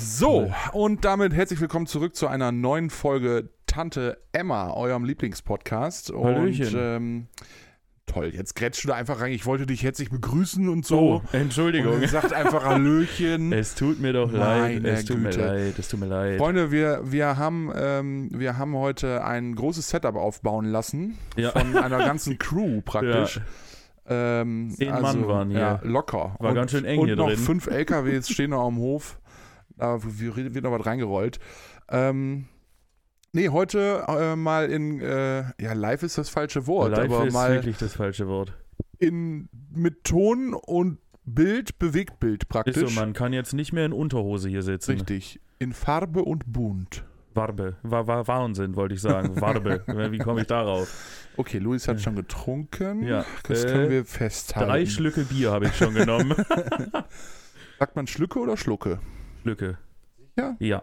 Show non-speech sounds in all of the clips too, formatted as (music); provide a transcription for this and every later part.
So, und damit herzlich willkommen zurück zu einer neuen Folge Tante Emma, eurem Lieblingspodcast. Hallöchen. Und ähm, toll, jetzt grätschst du da einfach rein. Ich wollte dich herzlich begrüßen und So, so. Oh, Entschuldigung. Äh, Und sagt einfach (laughs) Hallöchen. Es tut mir doch leid. Meine Es tut mir Güte. leid. Es tut mir leid. Freunde, wir, wir, haben, ähm, wir haben heute ein großes Setup aufbauen lassen Ja. von einer ganzen (laughs) Crew praktisch. Ja. Ähm, Zehn Mann waren hier. Ja, locker. War ganz schön eng und hier noch drin. (laughs) fünf LKWs stehen noch am Hof. Da wird wird noch was reingerollt. Ähm, nee, heute äh, mal in, äh, ja, live ist das falsche Wort, Live aber ist mal wirklich das falsche Wort. in, mit Ton und Bild, Bewegtbild Ist praktisch. so, man kann jetzt nicht mehr in Unterhose hier sitzen. Richtig. In Farbe und bunt. Warbe. War, war Wahnsinn, wollte ich (laughs) sagen. Warbe. Wie komme ich darauf? Okay, Luis hat schon getrunken. Ja. Das Äh, können wir Drei festhalten. Schlücke Bier habe ich schon genommen. (laughs) Sagt man Schlücke oder Schlucke? Schlücke. Ja. Ja.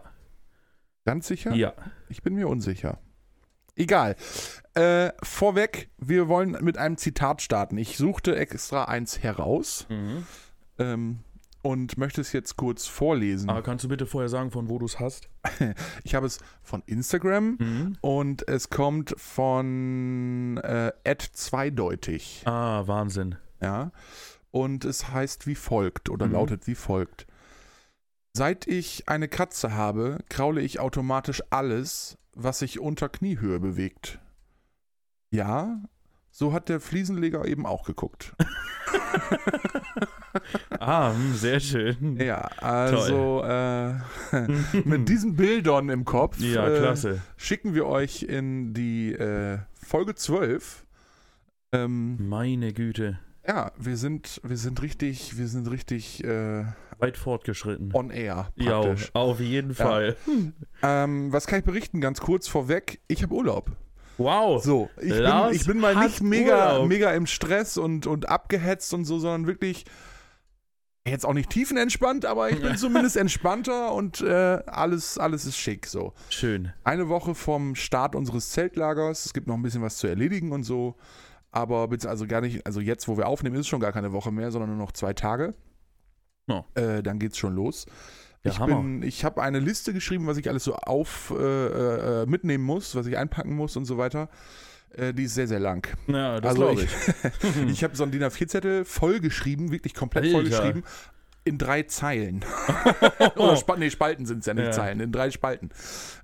Ganz sicher? Ja. Ich bin mir unsicher. Egal. Äh, vorweg, wir wollen mit einem Zitat starten. Ich suchte extra eins heraus Mhm. ähm, und möchte es jetzt kurz vorlesen. Aber Ah, kannst du bitte vorher sagen, von wo du es hast? Ich habe es von Instagram Mhm. und es kommt von äh, Ed zweideutig. Ah, Wahnsinn. Ja. Und es heißt wie folgt oder Mhm. lautet wie folgt. Seit ich eine Katze habe, kraule ich automatisch alles, was sich unter Kniehöhe bewegt. Ja, so hat der Fliesenleger eben auch geguckt. (laughs) Ah, mh, sehr schön. ja, also äh, (laughs) mit diesen Bildern im Kopf Hm. Ja, äh, klasse. schicken wir euch in die äh, Folge 12. Ähm, Meine Güte. ja, wir sind, wir sind richtig, wir sind richtig äh, Weit fortgeschritten. on air. Ja, Praktisch. auf jeden Fall. Ähm, was kann ich berichten? Ganz kurz vorweg, ich habe Urlaub. Wow. So, ich bin, Lars ich bin mal hat nicht mega, Urlaub. mega im Stress und, und abgehetzt und so, sondern wirklich jetzt auch nicht tiefenentspannt, aber ich bin zumindest entspannter und äh, alles, alles ist schick. So. Schön. Eine Woche vom Start unseres Zeltlagers, es gibt noch ein bisschen was zu erledigen und so. Aber bezieh- also gar nicht, also jetzt, wo wir aufnehmen, ist schon gar keine Woche mehr, sondern nur noch zwei Tage. Ja. Äh, dann geht's schon los. Ja, ich Hammer. bin, ich habe eine Liste geschrieben, was ich alles so auf äh, äh, mitnehmen muss, was ich einpacken muss und so weiter. Äh, die ist sehr, sehr lang. Ja, das also (laughs) glaube ich. Ich habe so einen DIN A4-Zettel vollgeschrieben, wirklich komplett Alter. vollgeschrieben, in drei Zeilen. Oh, (laughs) Oder Sp nee, Spalten sind es ja nicht Ja. Zeilen, in drei Spalten.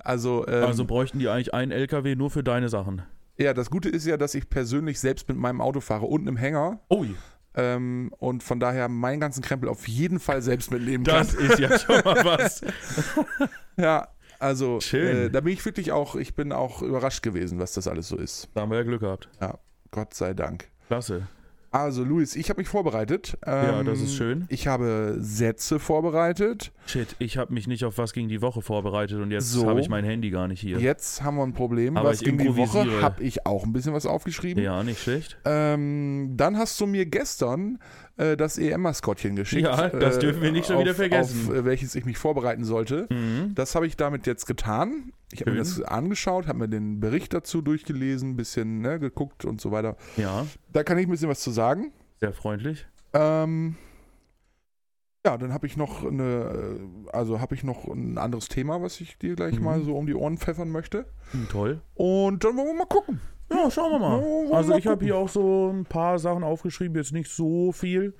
Also, ähm, Also bräuchten die eigentlich einen LKW nur für deine Sachen. ja, das Gute ist ja, dass ich persönlich selbst mit meinem Auto fahre und einem Hänger. Ui, Ähm, und von daher meinen ganzen Krempel auf jeden Fall selbst mitnehmen kann. das (laughs) ist ja schon mal was. Ja, also Schön. Äh, da bin ich wirklich auch, ich bin auch überrascht gewesen, was das alles so ist. Da haben wir ja Glück gehabt. Gott sei Dank. Klasse. Also, Luis, ich habe mich vorbereitet. Ja, Ähm, das ist schön. Ich habe Sätze vorbereitet. Shit, ich habe mich nicht auf was gegen die Woche vorbereitet und jetzt So. habe ich mein Handy gar nicht hier. Jetzt haben wir ein Problem. Aber was ich ging die Woche? improvisiere. Habe ich auch ein bisschen was aufgeschrieben. Ja, nicht schlecht. Ähm, dann hast du mir gestern äh, das EM-Maskottchen geschickt. Ja, das dürfen wir nicht schon auf, wieder vergessen. Auf äh, welches ich mich vorbereiten sollte. Mhm. Das habe ich damit jetzt getan. Ich habe mir das Schön. angeschaut, habe mir den Bericht dazu durchgelesen, ein bisschen ne, geguckt und so weiter. Ja, Da kann ich ein bisschen was zu sagen. sehr freundlich. Ähm, ja, dann habe ich noch eine, äh, also habe ich noch ein anderes Thema, was ich dir gleich Mhm. mal so um die Ohren pfeffern möchte. Hm, toll. Und dann wollen wir mal gucken. Ja, schauen wir Ja, wollen mal. wir Also mal ich habe gucken. hier auch so ein paar Sachen aufgeschrieben, jetzt nicht so viel.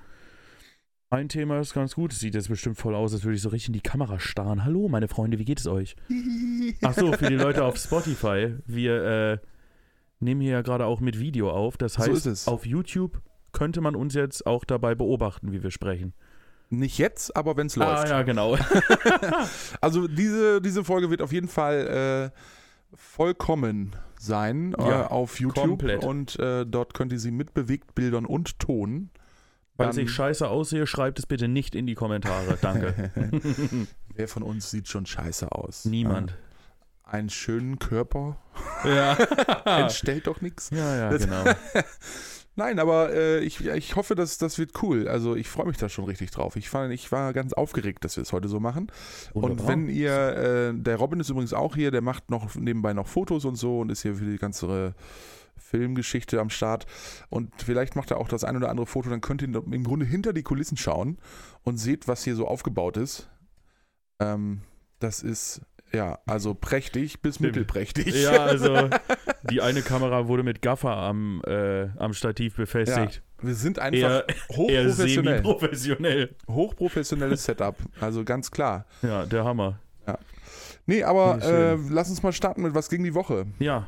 Ein Thema ist ganz gut. Es sieht jetzt bestimmt voll aus, als würde ich so richtig in die Kamera starren. Hallo, meine Freunde, wie geht es euch? Ach so, für die Leute auf Spotify. Wir äh, nehmen hier ja gerade auch mit Video auf. (laughs) Das So ist heißt, es. auf YouTube könnte man uns jetzt auch dabei beobachten, wie wir sprechen. Nicht jetzt, aber wenn es läuft. Ah ja, (laughs) genau. Also diese, diese Folge wird auf jeden Fall äh, vollkommen sein Ja, äh, auf YouTube. komplett. Und äh, dort könnt ihr sie mit Bewegtbildern und Ton. Falls Dann- ich scheiße aussehe, schreibt es bitte nicht in die Kommentare. (laughs) Danke. Wer von uns sieht schon scheiße aus? Niemand. Ja. Einen schönen Körper Ja. (laughs) Ah. entstellt doch nichts. Ja, ja, Das- genau. Nein, aber äh, ich, ich hoffe, dass das wird cool. Also ich freue mich da schon richtig drauf. Ich, fand, ich war ganz aufgeregt, dass wir es heute so machen. (laughs) Und Wunderbar. wenn ihr, äh, der Robin ist übrigens auch hier, der macht noch nebenbei noch Fotos und so und ist hier für die ganze äh, Filmgeschichte am Start. Und vielleicht macht er auch das ein oder andere Foto, dann könnt ihr im Grunde hinter die Kulissen schauen und seht, was hier so aufgebaut ist. Ähm, Das ist, ja, also prächtig bis Stimmt. mittelprächtig. Ja, also die eine Kamera wurde mit Gaffer am, äh, am Stativ befestigt. (laughs) Wir sind einfach Eher hochprofessionell. semi-professionell. Hochprofessionelles Setup. Also ganz klar. Ja, der Hammer. Nee, aber Sehr äh, schön. lass uns mal starten mit was ging die Woche. Ja.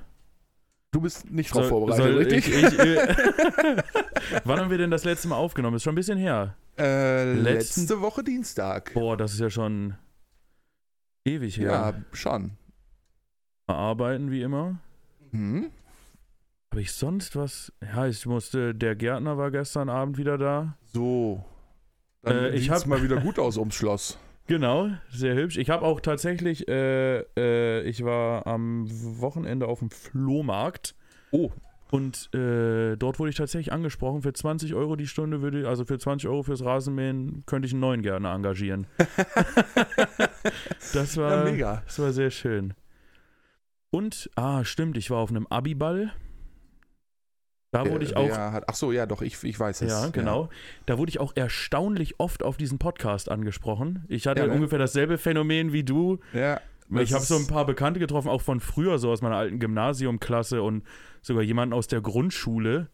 Du bist nicht drauf Soll- vorbereitet, soll richtig? Ich, ich, äh, (laughs) (laughs) wann haben wir denn das letzte Mal aufgenommen? Ist schon ein bisschen her. äh, Letzten- letzte Woche Dienstag. Boah, das ist ja schon ewig her. ja. schon. Arbeiten wie immer. Hm? Habe ich sonst was? Ja, ich musste, der Gärtner war gestern Abend wieder da. So. Dann Äh, ich sieht's hab- mal wieder gut aus ums (laughs) Schloss. Genau, sehr hübsch. Ich habe auch tatsächlich, äh, äh, ich war am Wochenende auf dem Flohmarkt Oh, und äh, dort wurde ich tatsächlich angesprochen, für 20 Euro die Stunde würde, also für 20 Euro fürs Rasenmähen könnte ich einen neuen Gärtner engagieren. das ja, war, mega. das war sehr schön. Und, ah, stimmt, ich war auf einem Abiball. Da wurde Äh, ich auch wer Hat, ach so, ja, doch, ich, ich weiß es. Ja, genau. Da wurde ich auch erstaunlich oft auf diesen Podcast angesprochen. Ich hatte Ja, ne? ungefähr dasselbe Phänomen wie du. Ja, ich habe so ein paar Bekannte getroffen, auch von früher, so aus meiner alten Gymnasiumklasse und sogar jemanden aus (laughs) der Grundschule.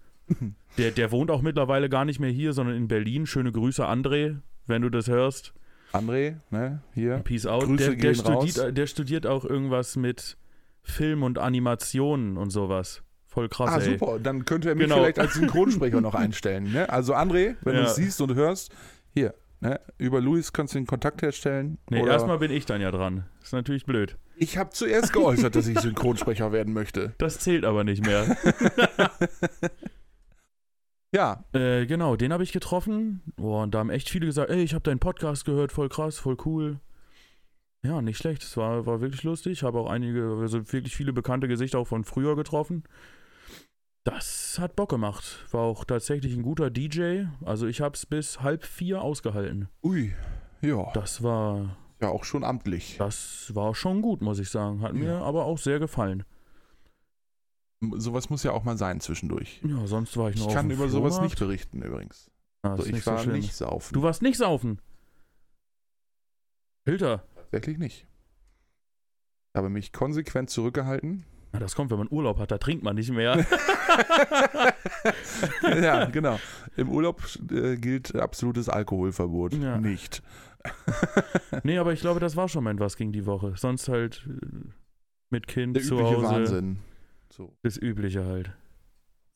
Der, der wohnt auch mittlerweile gar nicht mehr hier, sondern in Berlin. Schöne Grüße, André, wenn du das hörst. André, ne, hier. Peace out. Grüße der, der, gehen raus. studiert, der studiert auch irgendwas mit Film und Animationen und sowas. Voll krass, Ah, ey. super. Dann könnte er mich Genau. vielleicht als (laughs) Synchronsprecher noch einstellen. Ne? Also, André, wenn du Ja. es siehst und hörst, hier, ne? über Luis kannst du den Kontakt herstellen. Nee, oder- erstmal bin ich dann ja dran. Ist natürlich blöd. Ich habe zuerst geäußert, dass ich Synchronsprecher werden möchte. Das zählt aber nicht mehr. (laughs) Ja, Äh, genau, den habe ich getroffen. Boah, und da haben echt viele gesagt, ey, ich habe deinen Podcast gehört, voll krass, voll cool. Ja, nicht schlecht. Es war, war wirklich lustig. Ich habe auch einige, also wirklich viele bekannte Gesichter auch von früher getroffen. Das hat Bock gemacht. War auch tatsächlich ein guter DJ. Also ich habe es bis halb vier ausgehalten. ui, ja, Das war, ja auch schon amtlich. das war schon gut, muss ich sagen. Hat mir Ja. aber auch sehr gefallen. M- Sowas muss ja auch mal sein zwischendurch. Ja, sonst war ich noch Ich auf kann dem über sowas Flohmarkt. nicht berichten übrigens. Ah, So, ist ich nicht so war schlimm. nicht saufen. Du warst nicht saufen. Hilter. Tatsächlich nicht. Ich habe mich konsequent (laughs) zurückgehalten. Na, das kommt, wenn man Urlaub hat, da trinkt man nicht (laughs) mehr. ja, genau. Im Urlaub äh, gilt absolutes Alkoholverbot. Ja. Nicht. nee, aber ich glaube, das war schon mein Was ging die Woche. Sonst halt äh, mit Kind Der zu übliche Hause. Wahnsinn. So. Das Übliche halt.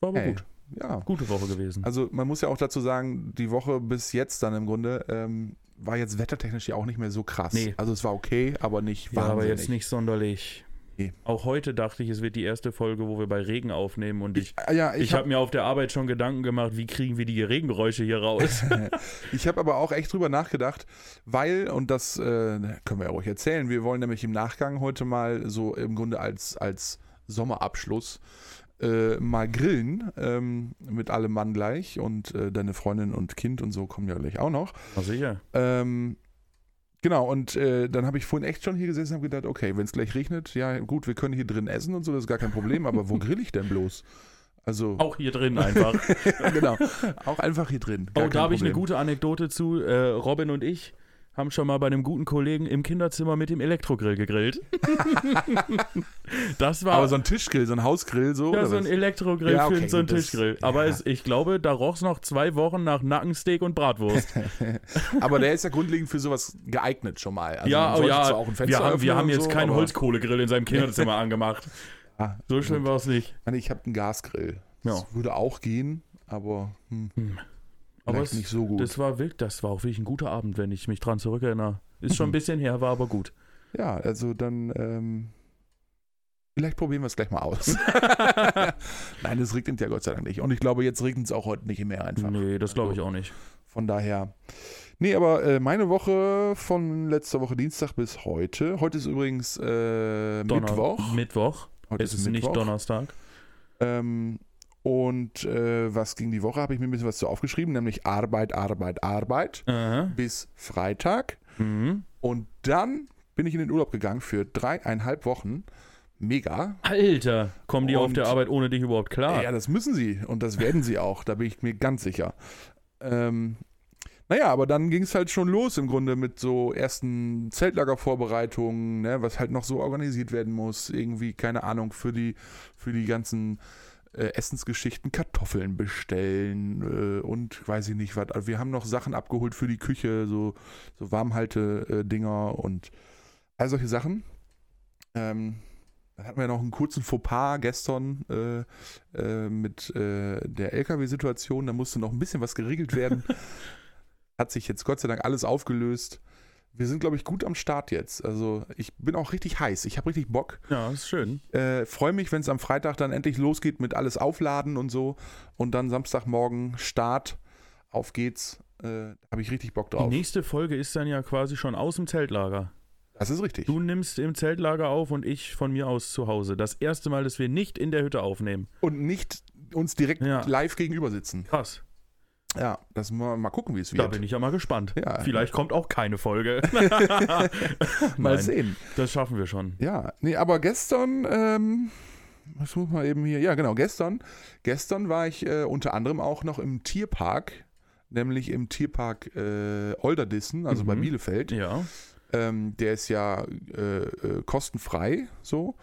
War aber Hey. gut. Ja. Gute Woche gewesen. Also man muss ja auch dazu sagen, die Woche bis jetzt dann im Grunde ähm, war jetzt wettertechnisch ja auch nicht mehr so krass. Nee. Also es war okay, aber nicht ja, aber wahnsinnig. jetzt nicht sonderlich. Nee. Auch heute dachte ich, es wird die erste Folge, wo wir bei Regen aufnehmen und ich, Ich, ja, ich, ich, habe habe hab mir auf der Arbeit schon Gedanken gemacht, wie kriegen wir die Regengeräusche hier raus. (laughs) ich hab aber auch echt drüber nachgedacht, weil, und das äh, können wir ja ruhig erzählen, wir wollen nämlich im Nachgang heute mal so im Grunde als, als Sommerabschluss äh, mal grillen ähm, mit allem Mann gleich und äh, deine Freundin und Kind und so kommen ja gleich auch noch. Na sicher. Ähm, genau, und äh, dann habe ich vorhin echt schon hier gesessen und habe gedacht, okay, wenn es gleich regnet, ja gut, wir können hier drin essen und so, das ist gar kein Problem, aber wo grill ich denn bloß? Also, Auch hier drin (laughs) einfach. genau, auch einfach hier drin. gar Oh, kein da habe ich eine Problem. gute Anekdote zu. Äh, Robin und ich haben schon mal bei einem guten Kollegen im Kinderzimmer mit dem (laughs) Elektrogrill gegrillt. das war Aber so ein Tischgrill, so ein Hausgrill, so, ja, oder so ein was? Elektrogrill Ja, okay, für so einen gut, das- Tischgrill. Aber ja. es, ich glaube, da roch es noch zwei Wochen nach Nackensteak und Bratwurst. aber der ist ja grundlegend für sowas geeignet schon mal. Also man ja, oh sollte ja. zwar auch ein Fenster wir haben, wir öffnen haben und jetzt so, keinen aber- Holzkohlegrill in (laughs) seinem Kinderzimmer angemacht. Ah, So schlimm war es nicht. Ich meine, ich habe einen Gasgrill. Das Ja. würde auch gehen, aber, hm, Aber vielleicht es, nicht so gut. das, war wirklich, das war auch wirklich ein guter Abend, wenn ich mich dran zurückerinnere. (laughs) Ist schon ein bisschen her, war aber gut. Ja, also dann, ähm, vielleicht probieren wir es gleich mal aus. Nein, es regnet ja Gott sei Dank nicht. Und ich glaube, jetzt regnet es auch heute nicht mehr einfach. Nee, das glaube ich auch nicht. Von daher. Nee, aber äh, meine Woche von letzter Woche Dienstag bis heute. Heute ist übrigens äh, Donner- Mittwoch. Mittwoch. heute es ist nicht Donnerstag. Ähm, und äh, was ging die Woche? Habe ich mir ein bisschen was zu aufgeschrieben, nämlich Arbeit, Arbeit, Arbeit Aha. bis Freitag. Mhm. Und dann bin ich in den Urlaub gegangen für dreieinhalb Wochen. Mega. Alter, kommen die auf Und- der Arbeit ohne dich überhaupt klar? Ja, das müssen sie und das werden sie auch, da bin ich mir ganz sicher. Ähm, Naja, aber dann ging es halt schon los im Grunde mit so ersten Zeltlagervorbereitungen, ne, was halt noch so organisiert werden muss. Irgendwie, keine Ahnung, für die, für die ganzen äh, Essensgeschichten Kartoffeln bestellen äh, und weiß ich nicht was. Also wir haben noch Sachen abgeholt für die Küche, so, so Warmhalte-Dinger und all solche Sachen. Ähm, dann hatten wir noch einen kurzen Fauxpas gestern äh, äh, mit äh, der LKW-Situation. Da musste noch ein bisschen was geregelt (laughs) werden. Hat sich jetzt Gott sei Dank alles aufgelöst. Wir sind, glaube ich, gut am Start jetzt. Also ich bin auch richtig heiß. Ich habe richtig Bock. Ja, ist schön. Äh, Freue mich, wenn es am Freitag dann endlich losgeht mit alles aufladen und so. Und dann Samstagmorgen Start. Auf geht's. Äh, da habe ich richtig Bock Die drauf. nächste Folge ist dann ja quasi schon aus dem Zeltlager. Das ist richtig. Du nimmst im Zeltlager auf und ich von mir aus zu Hause. Das erste Mal, dass wir nicht in der Hütte aufnehmen. Und nicht uns direkt Ja. live gegenüber sitzen. Krass. Ja, das mal, mal gucken, wie es Da wird. bin ich ja mal gespannt. Ja. Vielleicht kommt auch keine Folge. (laughs) (laughs) mal Nein, sehen. Das schaffen wir schon. Ja, nee, aber gestern, ähm, was muss man eben hier, ja genau, gestern, gestern war ich äh, unter anderem auch noch im Tierpark, nämlich im Tierpark äh, Olderdissen, also bei Mhm. Bielefeld. Ja. Ähm, der ist ja äh, äh, kostenfrei so.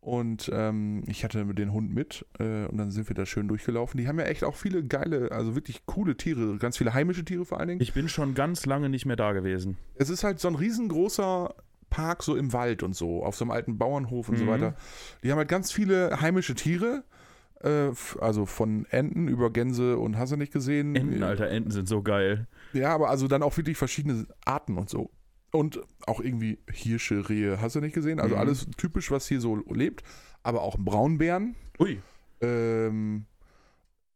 Und ähm, ich hatte mit den Hund mit äh, und dann sind wir da schön durchgelaufen. Die haben ja echt auch viele geile, also wirklich coole Tiere, ganz viele heimische Tiere vor allen Dingen. Ich bin schon ganz lange nicht mehr da gewesen. Es ist halt so ein riesengroßer Park so im Wald und so, auf so einem alten Bauernhof und so Mhm. weiter. Die haben halt ganz viele heimische Tiere, äh, f- also von Enten über Gänse und hast du nicht gesehen. Enten, Alter, Enten sind so geil. Ja, aber also dann auch wirklich verschiedene Arten und so. Und auch irgendwie Hirsche, Rehe, hast du nicht gesehen? Also Mhm. alles typisch, was hier so lebt. Aber auch Braunbären, Ui. ähm,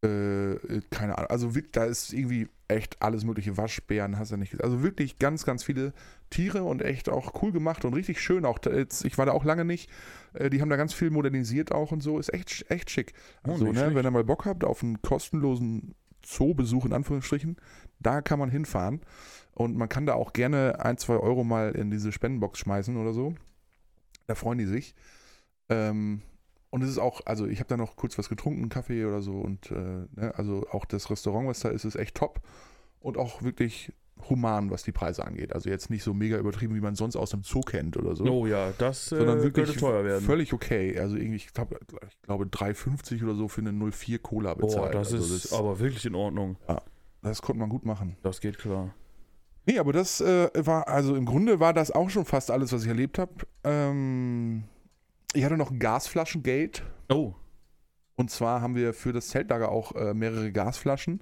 äh, keine Ahnung. Also wirk- da ist irgendwie echt alles mögliche. Waschbären hast du nicht gesehen. Also wirklich ganz, ganz viele Tiere und echt auch cool gemacht und richtig schön. Auch da jetzt, ich war da auch lange nicht. Äh, die haben da ganz viel modernisiert auch und so. Ist echt, sch- echt schick. Oh, Also, nicht ne, schlecht. wenn ihr mal Bock habt auf einen kostenlosen Zoobesuch in Anführungsstrichen, da kann man hinfahren. Und man kann da auch gerne ein, zwei Euro mal in diese Spendenbox schmeißen oder so. Da freuen die sich. Ähm, und es ist auch, also ich habe da noch kurz was getrunken, Kaffee oder so. Und äh, ne, also auch das Restaurant, was da ist, ist echt top. Und auch wirklich human, was die Preise angeht. Also jetzt nicht so mega übertrieben, wie man sonst aus dem Zoo kennt oder so. Oh ja, das äh, sondern wirklich könnte teuer werden. völlig okay. Also irgendwie, ich, glaub, ich glaube 3,50 oder so für eine 0,4 Cola Boah, bezahlt. das also ist das, aber wirklich in Ordnung. das konnte man gut machen. Das geht klar. Nee, aber das äh, war, also im Grunde war das auch schon fast alles, was ich erlebt habe. Ähm, ich hatte noch ein Gasflaschengate. Oh, Und zwar haben wir für das Zeltlager auch äh, mehrere Gasflaschen,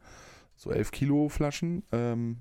so 11 Kilo Flaschen ähm,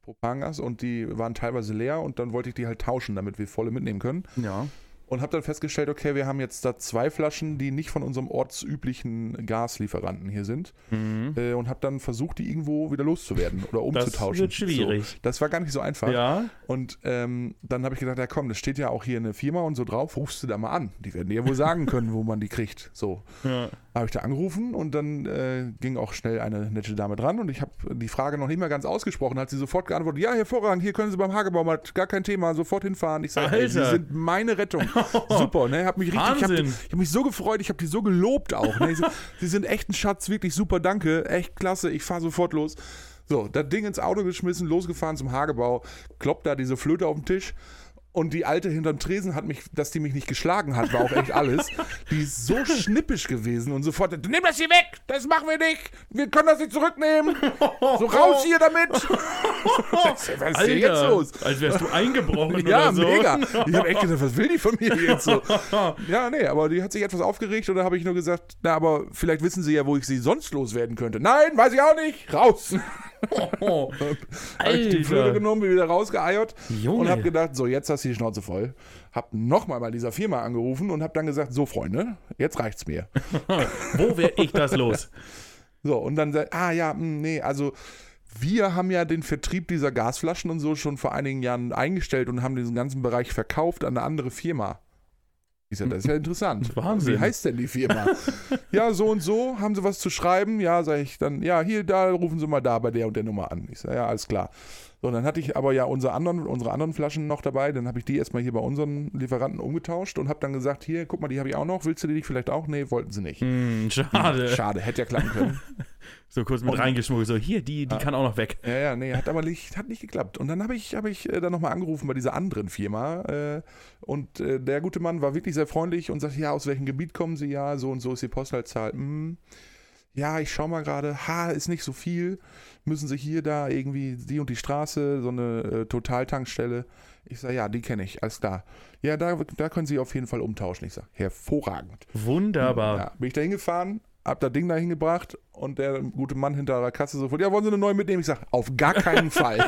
Propangas und die waren teilweise leer und dann wollte ich die halt tauschen, damit wir volle mitnehmen können. ja. Und habe dann festgestellt, okay, wir haben jetzt da zwei Flaschen, die nicht von unserem ortsüblichen Gaslieferanten hier sind Mhm. äh, und habe dann versucht, die irgendwo wieder loszuwerden oder umzutauschen. wird schwierig. So, das war gar nicht so einfach. Ja, Und ähm, dann habe ich gedacht, ja komm, das steht ja auch hier eine Firma und so drauf, rufst du da mal an. Die werden dir ja wohl sagen können, wo man die kriegt. So, ja. habe ich da angerufen und dann äh, ging auch schnell eine nette Dame dran und ich habe die Frage noch nicht mal ganz ausgesprochen, hat sie sofort geantwortet, ja, hervorragend, hier können Sie beim Hagebaumarkt, gar kein Thema, sofort hinfahren. Ich sage, Sie Alter. sind meine (laughs) Rettung. Super, ne? Hab mich richtig, ich habe Wahnsinn. ich hab mich so gefreut, ich habe die so gelobt auch. Ne? Ich so, Sie sind echt ein Schatz, wirklich super, danke, echt klasse, ich fahre sofort los. So, das Ding ins Auto geschmissen, losgefahren zum Hagebau, kloppt da diese Flöte auf den Tisch. Und die alte hinterm Tresen hat mich, dass die mich nicht geschlagen hat, war auch echt alles. Die ist so schnippisch gewesen und sofort, nimm das hier weg, das machen wir nicht, wir können das nicht zurücknehmen, so raus hier damit. (laughs) Was ist Alter, denn jetzt los? als wärst du (laughs) eingebrochen Ja, oder so. mega. (laughs) Ich habe echt gedacht, was will die von mir jetzt so? Ja, nee, aber die hat sich etwas aufgeregt und da habe ich nur gesagt, na, aber vielleicht wissen sie ja, wo ich sie sonst loswerden könnte. Nein, weiß ich auch nicht. Raus. (laughs) Oh, Habe ich die Flöte Alter. genommen, bin wieder rausgeeiert und Junge. habe gedacht, so, jetzt hast du die Schnauze voll. Hab nochmal bei dieser Firma angerufen und habe dann gesagt, so, Freunde, jetzt reicht's mir. (laughs) Wo wäre ich das (laughs) los? So, und dann sagt, ah ja, hm, nee, also wir haben ja den Vertrieb dieser Gasflaschen und so schon vor einigen Jahren eingestellt und haben diesen ganzen Bereich verkauft an eine andere Firma. Ich sag, das ist ja interessant. (laughs) Wahnsinn. Wie heißt denn die (laughs) Firma? ja, so und so, haben sie was zu schreiben? Ja, sage ich dann, ja, hier, da rufen sie mal da bei der und der Nummer an. Ich sage, ja, alles klar. So, und dann hatte ich aber ja unsere anderen, unsere anderen Flaschen noch dabei. Dann habe ich die erstmal hier bei unseren Lieferanten umgetauscht und habe dann gesagt, hier, guck mal, die habe ich auch noch. Willst du die vielleicht auch? Nee, wollten sie nicht. Hm, schade. Schade, hätte ja klappen können. So kurz mit Und- reingeschmuggelt, so hier, die, die Ja. kann auch noch weg. Ja, ja, nee, hat aber nicht, hat nicht geklappt. Und dann habe ich, hab ich äh, dann nochmal angerufen bei dieser anderen Firma. Äh, und äh, der gute Mann war wirklich sehr freundlich und sagte, ja, aus welchem Gebiet kommen Sie? Ja, so und so ist die Postleitzahl. Hm. Ja, ich schau mal gerade, ha, ist nicht so viel. Müssen Sie hier, da irgendwie die und die Straße, so eine äh, Totaltankstelle. Ich sage, ja, die kenne ich, alles klar. Ja, da, da können Sie auf jeden Fall umtauschen. Ich sage, hervorragend. Wunderbar. Ja, bin ich da hingefahren, hab das Ding da hingebracht und der gute Mann hinter der Kasse sofort, ja, wollen Sie eine neue mitnehmen? Ich sag, auf gar (laughs) keinen Fall.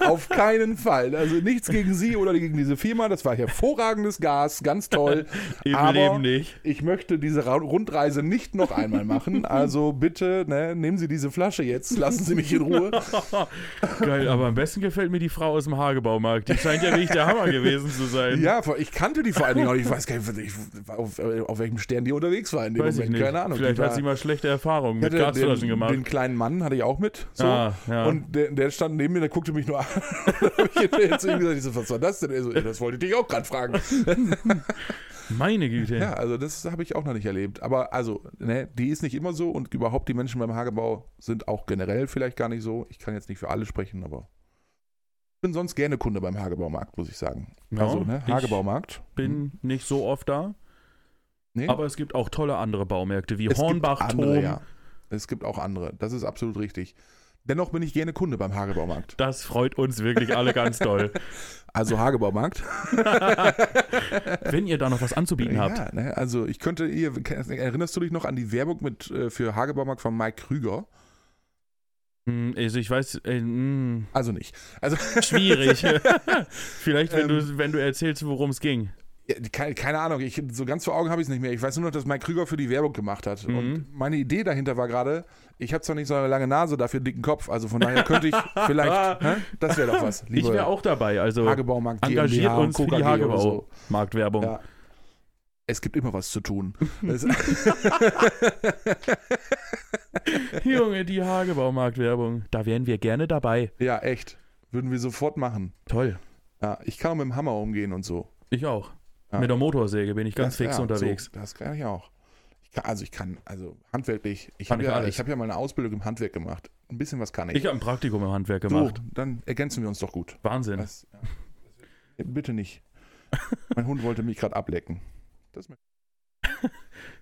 auf keinen Fall. Also nichts gegen Sie oder gegen diese Firma, das war hervorragendes Gas, ganz toll. Im aber Leben nicht. Ich möchte diese Ra Rundreise nicht noch einmal machen, also bitte ne, nehmen Sie diese Flasche jetzt, lassen Sie mich in Ruhe. (laughs) Geil, aber am besten gefällt mir die Frau aus dem Hagebaumarkt. Die scheint ja wirklich der Hammer gewesen zu sein. Ja, vor- ich kannte die vor allen Dingen auch, nicht. ich weiß gar nicht, ich, auf, auf welchem Stern die unterwegs war in dem Weiß ich Moment, nicht. keine Ahnung. Die Vielleicht war- hat sie mal schlechte Erfahrungen mit hatte Gasflaschen den, gemacht. Den kleinen Mann hatte ich auch mit. So. Ah, ja. Und der, der stand neben mir, der guckte mich nur an. (laughs) Da hab ich jetzt ihm gesagt, ich so, was war das denn? Er so, "Ja, das wollte ich dich auch gerade fragen. Meine Güte. Ja, also das habe ich auch noch nicht erlebt. Aber also, ne, die ist nicht immer so und überhaupt die Menschen beim Hagebau sind auch generell vielleicht gar nicht so. Ich kann jetzt nicht für alle sprechen, aber ich bin sonst gerne Kunde beim Hagebaumarkt, muss ich sagen. Ja, also, ne, ich Hagebaumarkt. Hm, Bin nicht so oft da. Nee. Aber es gibt auch tolle andere Baumärkte wie Es gibt andere, Hornbach-Turm. ja. Es gibt auch andere. Das ist absolut richtig. Dennoch bin ich gerne Kunde beim Hagebaumarkt. Das freut uns wirklich alle (laughs) ganz doll. Also Hagebaumarkt. Wenn ihr da noch was anzubieten habt. Ja, ne? also ich könnte, ihr, erinnerst du dich noch an die Werbung mit äh, für Hagebaumarkt von Mike Krüger? Hm, Also ich weiß, äh, hm, Also nicht. Also (laughs) schwierig. Vielleicht, wenn, Ähm. du, wenn du erzählst, worum es ging. ja, keine, keine Ahnung, ich, so ganz vor Augen habe ich es nicht mehr. Ich weiß nur noch, dass Mike Krüger für die Werbung gemacht hat. Mhm. Und meine Idee dahinter war gerade, ich habe zwar nicht so eine lange Nase, dafür einen dicken Kopf. Also von daher (laughs) könnte ich vielleicht, hä? das wäre doch was. ich wäre auch dabei. Also Hagebaumarkt engagiert GmbH und uns für die KKG oder Hagebau. so. Marktwerbung. Ja. Es gibt immer was zu tun. Es- (laughs) Junge, die Hagebaumarktwerbung. Da wären wir gerne dabei. ja, echt. Würden wir sofort machen. Toll. Ja, ich kann auch mit dem Hammer umgehen und so. Ich auch. Ja. Mit der Motorsäge bin ich ganz Das- fix ja, unterwegs. So, das kann ich auch. Ich kann, also ich kann, also handwerklich, ich Kann habe ich ja, alles. ich hab ja mal eine Ausbildung im Handwerk gemacht. Ein bisschen was kann ich. Ich habe ein Praktikum im Handwerk so, gemacht. dann ergänzen wir uns doch gut. Wahnsinn. Das, ja. Äh, Bitte nicht. Mein Hund wollte mich gerade ablecken. Das mö-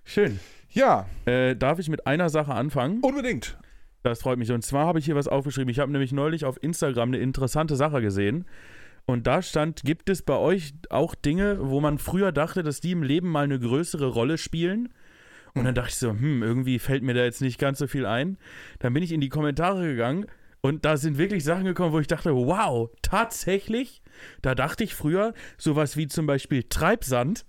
Schön. ja, Äh, darf ich mit einer Sache anfangen? unbedingt. Das freut mich. Und zwar habe ich hier was aufgeschrieben. Ich habe nämlich neulich auf Instagram eine interessante Sache gesehen. Und da stand, gibt es bei euch auch Dinge, wo man früher dachte, dass die im Leben mal eine größere Rolle spielen? Und dann dachte ich so, hm, irgendwie fällt mir da jetzt nicht ganz so viel ein. Dann bin ich in die Kommentare gegangen und da sind wirklich Sachen gekommen, wo ich dachte, wow, tatsächlich? Da dachte ich früher sowas wie zum Beispiel Treibsand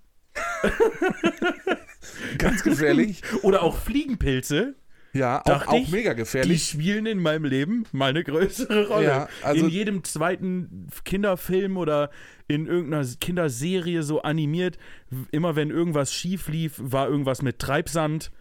Ganz gefährlich. (laughs) oder auch Fliegenpilze. Ja, auch, Dachte auch ich, mega Die gefährlich. spielen in meinem Leben mal eine größere Rolle. Ja, also- in jedem zweiten Kinderfilm oder in irgendeiner Kinderserie so animiert, w- immer wenn irgendwas schief lief, war irgendwas mit Treibsand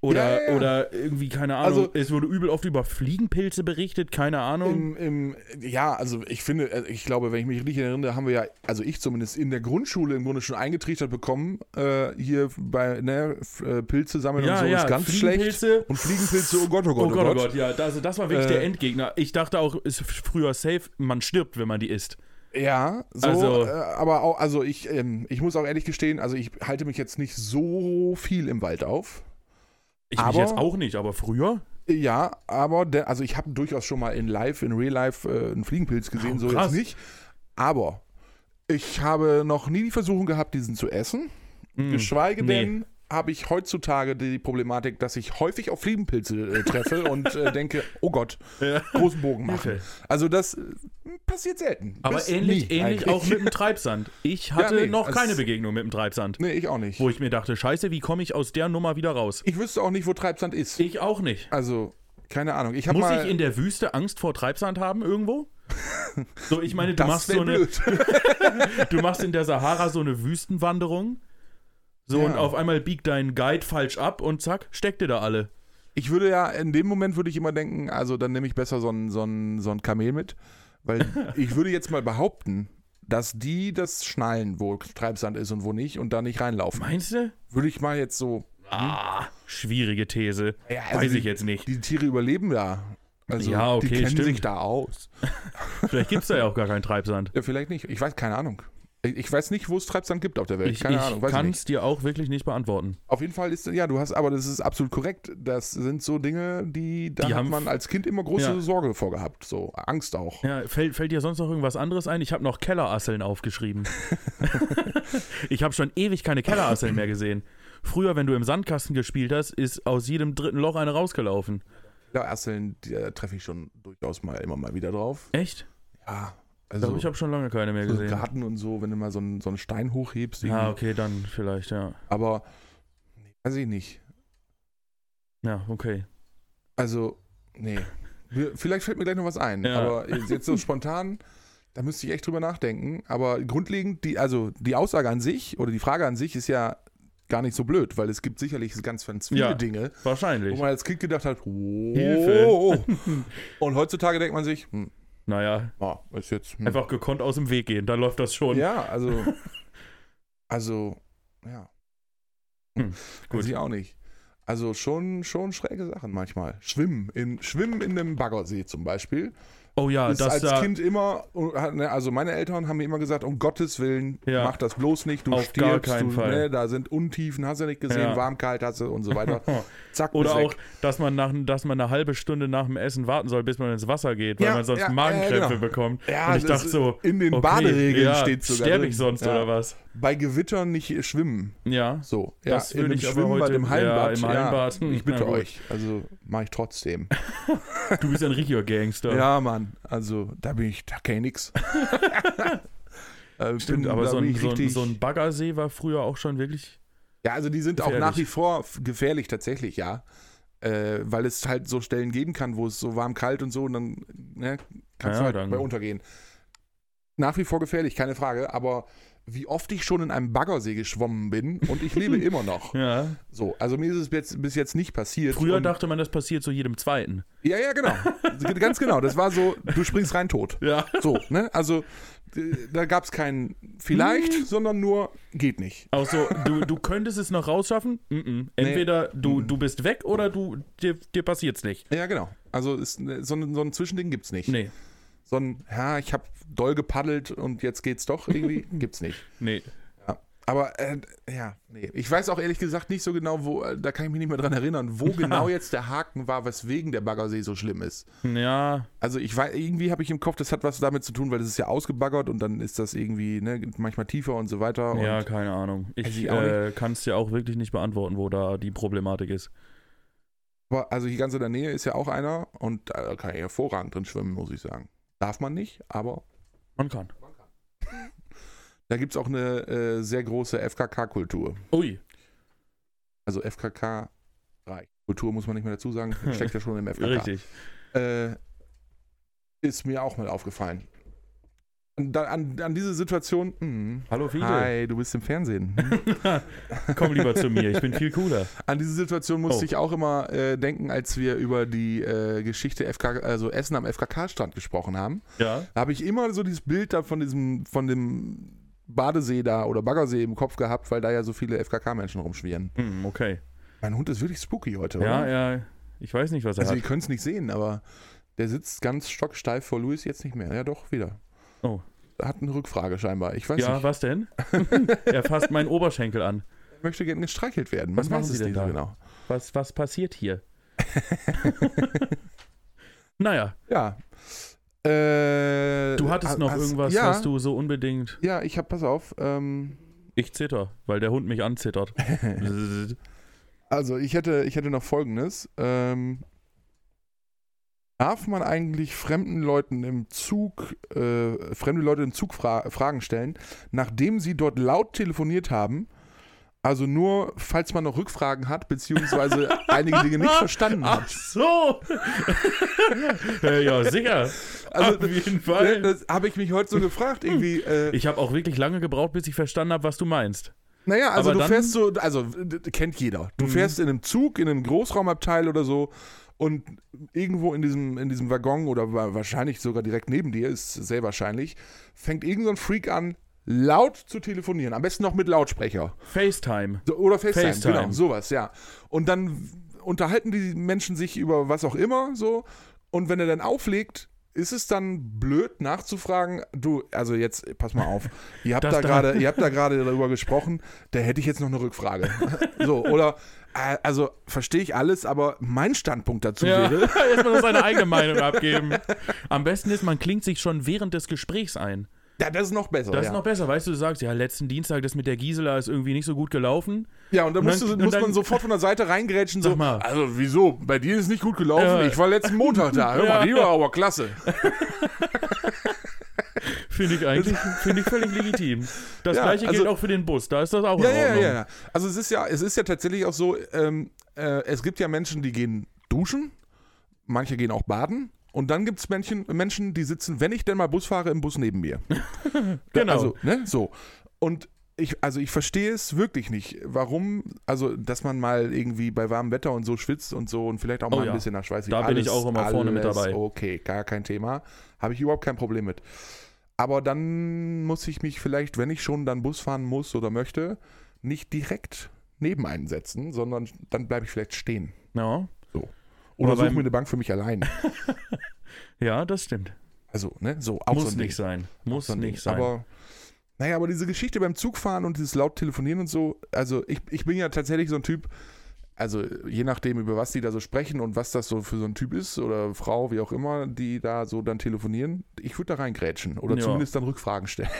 oder, Ja, ja, ja. oder irgendwie, keine Ahnung. Also- es wurde übel oft über Fliegenpilze berichtet, keine Ahnung. Im, im, ja, also ich finde, äh, ich glaube, wenn ich mich richtig erinnere, haben wir ja, also ich zumindest in der Grundschule im Grunde schon eingetrichtert bekommen, äh, hier bei ne, F- äh, Pilze sammeln Ja, und so ja, ist ganz schlecht. Fliegenpilze. Und Fliegenpilze, oh Gott, oh Gott, oh Gott. ja, also das war wirklich Äh, der Endgegner. Ich dachte auch, ist f- früher safe, man stirbt, wenn man die isst. Ja, so, Also- äh, aber auch, also ich, ähm, ich muss auch ehrlich gestehen, also ich halte mich jetzt nicht so viel im Wald auf. Ich mich Aber- jetzt auch nicht, aber früher? Ja, aber der, also ich habe durchaus schon mal in Live, in Real Life äh, einen Fliegenpilz gesehen, Oh, so krass. jetzt nicht. Aber ich habe noch nie die Versuchung gehabt, diesen zu essen. Hm, Geschweige nee. denn habe ich heutzutage die Problematik, dass ich häufig auf Fliegenpilze äh, (laughs) treffe und äh, denke, oh Gott, Ja. großen Bogen machen. Hilfe. Also das äh, passiert selten. Aber Bis ähnlich, nie ähnlich eigentlich. auch mit dem Treibsand. Ich hatte nee, noch es- keine Begegnung mit dem (laughs) Treibsand, Nee, ich auch nicht. wo ich mir dachte, scheiße, wie komme ich aus der Nummer wieder raus? Ich wüsste auch nicht, wo Treibsand ist. Ich auch nicht. Also, keine Ahnung. Ich habe Muss mal... ich in der Wüste Angst vor Treibsand haben (laughs) irgendwo? So, ich meine, du das machst wär so eine, blöd. du machst in der Sahara so eine Wüstenwanderung. So, Ja. und auf einmal biegt dein Guide falsch ab und zack, steckt dir da alle. Ich würde ja, in dem Moment würde ich immer denken, also dann nehme ich besser so ein, so ein, so ein Kamel mit, weil (laughs) ich würde jetzt mal behaupten, dass die das schnallen, wo Treibsand ist und wo nicht und da nicht reinlaufen. Meinst du? Würde ich mal jetzt so Ah, schwierige These. Ja, also Weiß die, ich jetzt nicht. Die Tiere überleben da. Also Ja, okay, die kennen stimmt. sich da aus. Vielleicht gibt es da ja auch gar keinen Treibsand. Ja, vielleicht nicht. Ich weiß, keine Ahnung. Ich- Ich weiß nicht, wo es Treibsand gibt auf der Welt. (laughs) Ich, keine ich Ahnung. Weiß ich kann nicht. es dir auch wirklich nicht beantworten. Auf jeden Fall ist, ja, du hast, aber das ist absolut korrekt. Das sind so Dinge, die, da Die hat haben- man als Kind immer große Ja. Sorge vorgehabt. So, Angst auch. Ja, fällt, fällt dir sonst noch irgendwas anderes ein? Ich habe noch Kellerasseln aufgeschrieben. (laughs) (laughs) ich habe schon ewig keine Kellerasseln mehr gesehen. Früher, wenn du im Sandkasten gespielt hast, ist aus jedem dritten Loch eine rausgelaufen. Kellerasseln, die, äh, treffe ich schon durchaus mal immer mal wieder drauf. Echt? Ja, Ich also glaube, ich habe schon lange keine mehr so gesehen. Garten und so, wenn du mal so einen, so einen Stein hochhebst. Ja, irgendwie. okay, dann vielleicht, ja. Aber nee, weiß ich nicht. Ja, okay. Also, nee. Wir- Vielleicht fällt mir gleich noch was ein. Ja. Aber jetzt so spontan, da müsste ich echt drüber nachdenken. Aber grundlegend, die, also die Aussage an sich oder die Frage an sich ist ja gar nicht so blöd, weil es gibt sicherlich ganz, ganz viele Ja. Dinge, wo Wahrscheinlich. man als Kind gedacht hat, oh, Hilfe. (laughs) oh, oh. Und heutzutage denkt man sich, hm, Naja, ah, ist jetzt. Hm. einfach gekonnt aus dem Weg gehen, dann läuft das schon. Ja, (laughs) also. Also, ja. Hm, Gut. gut. Sie auch nicht. Also schon, schon schräge Sachen manchmal. Schwimmen in, Schwimmen in einem Baggersee zum Beispiel. Oh ja, ist das als da Kind immer, also meine Eltern haben mir immer gesagt, um Gottes Willen, Ja. mach das bloß nicht, du Auf gar stirbst, keinen du, Fall. Ne, da sind Untiefen, hast du nicht gesehen, Ja. warm, kalt hast du und so (laughs) weiter. Oh. Zack, Oder bist auch, dass man, nach, dass man eine halbe Stunde nach dem Essen warten soll, bis man ins Wasser geht, weil Ja, man sonst ja, Magenkrämpfe ja, genau. bekommt. Ja, Und ich das dachte ist- so, in den okay, Baderegeln ja, steht sogar Sterbe drin. ich sonst Ja. oder was? Bei Gewittern nicht schwimmen. Ja. So, Das ja, in würde einem ich aber bei heute- dem Hallenbad. ja, im Hallenbad. Hm, ich bitte na gut. euch. Also mache ich trotzdem. Du bist ein richtiger Gangster. Ja, Mann. Also, da bin ich, da kenne ich nix. (laughs) Äh, ich Stimmt, bin- aber da so bin ein, ich so, ein, richtig- so ein Baggersee war früher auch schon wirklich. Ja, also die sind auch gefährlich. nach wie vor f- gefährlich tatsächlich, ja. Äh, weil es halt so Stellen geben kann, wo es so warm, kalt und so und dann ne, kannst Ja, du halt dann- bei untergehen. Nach wie vor gefährlich, keine Frage, aber wie oft ich schon in einem Baggersee geschwommen bin und ich (laughs) lebe immer noch. Ja. So, also mir ist es jetzt, bis jetzt nicht passiert. Früher und, dachte man, das passiert so jedem zweiten. Ja, ja, genau. Ganz genau. Das war so, du springst rein tot. Ja. So, ne? Also, d- da gab es kein vielleicht, Mhm. sondern nur geht nicht. Auch so, du, du könntest es noch rausschaffen. Mm -mm. Entweder du, du bist weg oder du dir, dir passiert's nicht. Ja, genau. Also, ist, ne, so, ein- so ein Zwischending gibt's nicht. Nee, So ein, ja, ich habe doll gepaddelt und jetzt geht's doch (laughs) irgendwie, gibt's nicht. nee. Ja. Aber, äh, ja, nee. Ich weiß auch ehrlich gesagt nicht so genau, wo, äh, da kann ich mich nicht mehr dran erinnern, (laughs) wo genau jetzt der Haken war, weswegen der Baggersee so schlimm ist. Ja, Also ich weiß, irgendwie habe ich im Kopf, das hat was damit zu tun, weil das ist ja ausgebaggert und dann ist das irgendwie, ne, manchmal tiefer und so weiter. Und ja, keine Ahnung. Weiß Ich ich auch äh, kann es dir auch wirklich nicht beantworten, wo da die Problematik ist. Aber also hier ganz in der Nähe ist ja auch einer und da kann ich hervorragend drin schwimmen, muss ich sagen. Darf man nicht, aber Man kann. da gibt es auch eine äh, sehr große FKK-Kultur. Ui. Also FKK, reich. Kultur muss man nicht mehr dazu (laughs) sagen, steckt ja schon im FKK. Richtig. Äh, ist mir auch mal aufgefallen. Und da, an, an diese Situation, mh, Hallo Fide. hi, du bist im Fernsehen. hm. (laughs) Komm lieber zu mir, ich bin viel cooler. An diese Situation musste Oh. ich auch immer äh, denken, als wir über die äh, Geschichte FK, also Essen am FKK-Strand gesprochen haben. (laughs) Ja. Da habe ich immer so dieses Bild da von diesem, von dem Badesee da oder Baggersee im Kopf gehabt, weil da ja so viele FKK-Menschen rumschwirren. Hm, okay. Mein Hund ist wirklich spooky heute, Ja, oder? ja. Ich weiß nicht, was er Also ihr hat. könnt es nicht sehen, aber der sitzt ganz stocksteif vor Louis jetzt nicht mehr. Ja, doch, wieder. Oh. Hat eine Rückfrage scheinbar. Ich weiß Ja, nicht. was (laughs) denn? er fasst meinen Oberschenkel an. Ich möchte gerne gestreichelt werden. Was Man machen weiß Sie es denn nicht da? so genau. Was, was (laughs) passiert hier? naja, Ja. Äh, du hattest ha- noch hast- irgendwas, ja, was du so unbedingt. Ja, ich habe, pass auf. Ähm, Ich zitter, weil der Hund (laughs) mich anzittert. Also ich hätte, ich hätte noch Folgendes. Ähm, darf man eigentlich fremden Leuten im Zug, äh, fremde Leute im Zug fra Fragen stellen, nachdem sie dort laut telefoniert haben? Also nur, falls man noch Rückfragen hat, beziehungsweise einige Dinge nicht verstanden Ach hat. (laughs) so! (laughs) ja, ja, sicher. Also Auf jeden ne, Fall. das habe ich mich heute so gefragt, irgendwie. Äh, Ich habe auch wirklich lange gebraucht, bis ich verstanden habe, was du meinst. Naja, also Aber du dann- Mhm. fährst so, also d- d- kennt jeder. Du fährst in einem Zug, in einem Großraumabteil oder so und irgendwo in diesem, in diesem Waggon oder wa- wahrscheinlich sogar direkt neben dir, ist sehr wahrscheinlich, fängt irgendein so ein Freak an, laut zu telefonieren. Am besten noch mit Lautsprecher. FaceTime. So, Oder FaceTime, FaceTime. genau, sowas, ja. Und dann unterhalten die Menschen sich über was auch immer so. Und wenn er dann auflegt, ist es dann blöd nachzufragen, du, also jetzt, pass mal auf, ihr habt Das da da. gerade, ihr habt da gerade darüber gesprochen, da hätte ich jetzt noch eine Rückfrage. (laughs) so, oder, äh, also verstehe ich alles, aber mein Standpunkt dazu Ja, wäre, (laughs) erstmal noch seine eigene (laughs) Meinung abgeben. Am besten ist, man klingt sich schon während des Gesprächs ein. ja, das ist noch besser. Das ja. ist noch besser, weißt du, du sagst, ja, letzten Dienstag, das mit der Gisela ist irgendwie nicht so gut gelaufen. Ja, und dann, Und musst dann- du, und muss dann- man sofort von der Seite reingrätschen, so, Sag mal. also wieso, bei dir ist es nicht gut gelaufen, Ja. ich war letzten Montag da, hör mal, Ja. die war aber klasse. Finde ich eigentlich, (laughs) finde ich völlig legitim. Das Ja, gleiche also- gilt auch für den Bus, da ist das auch Ja, in ja, Ordnung. ja, ja. Also es ist ja, es ist ja tatsächlich auch so, ähm, äh, es gibt ja Menschen, die gehen duschen, manche gehen auch baden und dann gibt es Menschen, Menschen, die sitzen, wenn ich denn mal Bus fahre, im Bus neben mir. Genau. Also, ne, so. Und ich, also ich verstehe es wirklich nicht, warum, also dass man mal irgendwie bei warmem Wetter und so schwitzt und so und vielleicht auch Oh mal ja. ein bisschen nach Schweiß Da bin ich auch immer vorne mit dabei. Okay, gar kein Thema. Habe ich überhaupt kein Problem mit. Aber dann muss ich mich vielleicht, wenn ich schon dann Bus fahren muss oder möchte, nicht direkt neben einen setzen, sondern dann bleibe ich vielleicht stehen. ja. Oder Oder suche beim- mir eine Bank für mich allein. ja, das stimmt. Also, ne, (laughs) so, auch so Muss ein Ding. nicht sein. Muss so ein nicht Ding. sein. Aber, naja, aber diese Geschichte beim Zugfahren und dieses laut Telefonieren und so, also ich, ich bin ja tatsächlich so ein Typ, also je nachdem, über was die da so sprechen und was das so für so ein Typ ist oder Frau, wie auch immer, die da so dann telefonieren, ich würde da reingrätschen oder Ja. zumindest dann Rückfragen (laughs) stellen.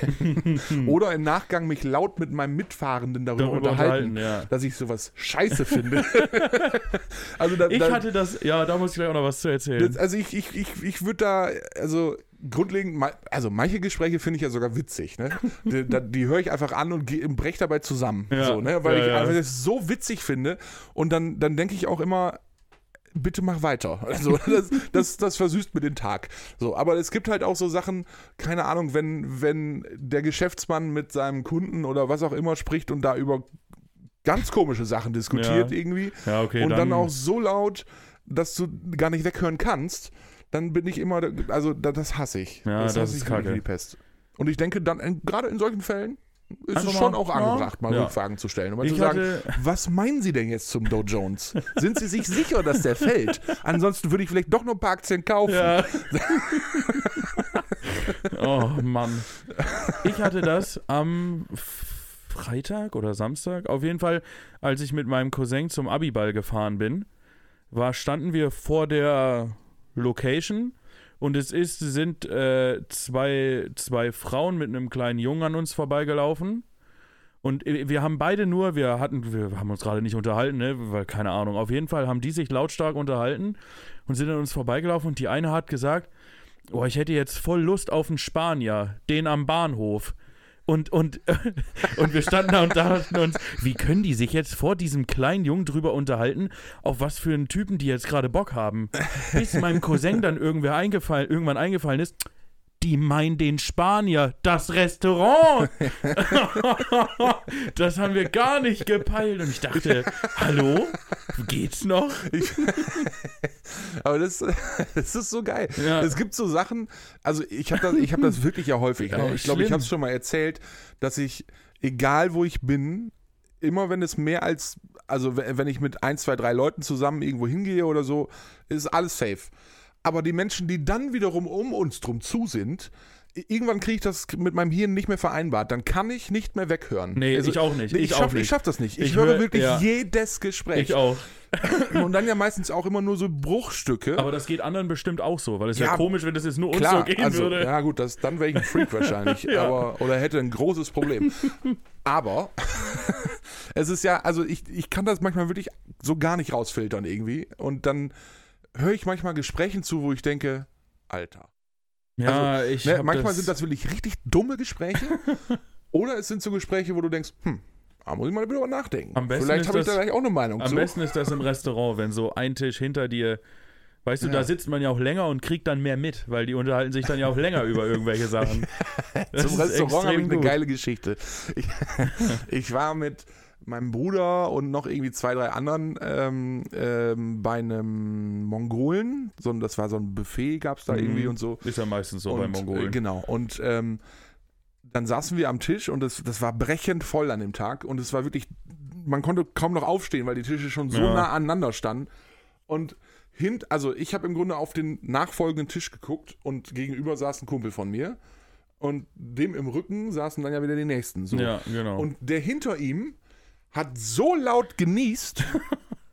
oder im Nachgang mich laut mit meinem Mitfahrenden darüber, Darüber unterhalten, unterhalten, ja. dass ich sowas scheiße (laughs) finde. also da, ich da, hatte das, ja, da muss ich gleich auch noch was zu erzählen. das, also ich, ich, ich, ich würde da, also grundlegend, ma- also manche Gespräche finde ich ja sogar witzig, (laughs) ne? Die, da- die höre ich einfach an und geh- brech dabei zusammen. Ja. So, ne? Weil Ja, ich ja. einfach das so witzig finde. Und dann, dann denke ich auch immer, bitte mach weiter. (laughs) Also das, das, das versüßt mir den Tag. So, aber es gibt halt auch so Sachen, keine Ahnung, wenn, wenn der Geschäftsmann mit seinem Kunden oder was auch immer spricht und da über ganz komische Sachen diskutiert Ja. irgendwie ja, okay, und dann, auch so laut, dass du gar nicht weghören kannst, dann bin ich immer, also da, das hasse ich. Ja, das hasse ist wirklich kacke. wie die Pest. Und ich denke dann, in- gerade in solchen Fällen, ist Einfach es schon mal- auch ja. angebracht, mal Ja. Rückfragen zu stellen. Und mal Ich zu sagen, hatte- was meinen Sie denn jetzt zum Dow Jones? Sind Sie sich sicher, dass der fällt? Ansonsten würde ich vielleicht doch noch ein paar Aktien kaufen. Ja. oh Mann. Ich hatte das am Freitag oder Samstag. Auf jeden Fall, als ich mit meinem Cousin zum Abiball gefahren bin, war, standen wir vor der Location und es ist, sind äh, zwei, zwei Frauen mit einem kleinen Jungen an uns vorbeigelaufen. Und äh, wir haben beide nur, wir hatten, wir haben uns gerade nicht unterhalten, ne, weil keine Ahnung. Auf jeden Fall haben die sich lautstark unterhalten und sind an uns vorbeigelaufen und die eine hat gesagt, oh, ich hätte jetzt voll Lust auf einen Spanier, den am Bahnhof. Und, und, (laughs) und wir standen da und dachten uns, wie können die sich jetzt vor diesem kleinen Jungen drüber unterhalten, auf was für einen Typen die jetzt gerade Bock haben. Bis meinem Cousin dann irgendwer eingefallen, irgendwann eingefallen ist, die meinen den Spanier, das Restaurant. (laughs) das haben wir gar nicht gepeilt. Und ich dachte, hallo, geht's noch? Aber das, (laughs) das ist so geil. Ja. Es gibt so Sachen, also ich habe das, ich hab das wirklich ja häufig. Ja, ne? Ich glaube, ich schlimm. habe es schon mal erzählt, dass ich, egal wo ich bin, immer wenn es mehr als, also we- wenn ich mit ein, zwei, drei Leuten zusammen irgendwo hingehe oder so, ist alles safe. Aber die Menschen, die dann wiederum um uns drum zu sind, i- irgendwann kriege ich das mit meinem Hirn nicht mehr vereinbart. Dann kann ich nicht mehr weghören. Also Nee, ich auch nicht. Ich, Ich schaff- auch ich nicht. schaff das nicht. Ich, Ich höre hör- wirklich ja. jedes Gespräch. Ich auch. Und dann ja meistens auch immer nur so Bruchstücke. Aber das geht anderen bestimmt auch so, weil es wäre Ja, komisch, wenn das jetzt nur uns Klar, so gehen also, würde. ja gut, das, dann wäre ich ein (laughs) Freak wahrscheinlich, aber, oder hätte ein großes Problem. Aber (laughs) es ist ja, also ich, ich kann das manchmal wirklich so gar nicht rausfiltern irgendwie und dann höre ich manchmal Gesprächen zu, wo ich denke, Alter. Ja, ich Ne, hab manchmal sind das wirklich richtig dumme (laughs) Gespräche oder es sind so Gespräche, wo du denkst, hm, da muss ich mal drüber nachdenken. Am besten Vielleicht ist habe ich da das- gleich auch eine Meinung Am zu. besten ist das im Restaurant, wenn so ein Tisch hinter dir. Weißt du, Ja. da sitzt man ja auch länger und kriegt dann mehr mit, weil die unterhalten sich dann ja auch länger über (laughs) irgendwelche Sachen. (laughs) Das Zum ist Restaurant habe ich extrem eine gut. geile Geschichte. Ich, (laughs) ich war mit meinem Bruder und noch irgendwie zwei, drei anderen ähm, ähm, bei einem Mongolen. So, ein- Mhm. das war so ein Buffet, gab es da irgendwie und so. Ist ja meistens so und, bei äh, Mongolen. Genau. Und ähm, dann saßen wir am Tisch und das, das war brechend voll an dem Tag und es war wirklich, man konnte kaum noch aufstehen, weil die Tische schon so Ja. nah aneinander standen. Und hint, also ich habe im Grunde auf den nachfolgenden Tisch geguckt und gegenüber saß ein Kumpel von mir und dem im Rücken saßen dann ja wieder die nächsten. So. Ja, genau. Und der hinter ihm hat so laut (laughs) genießt.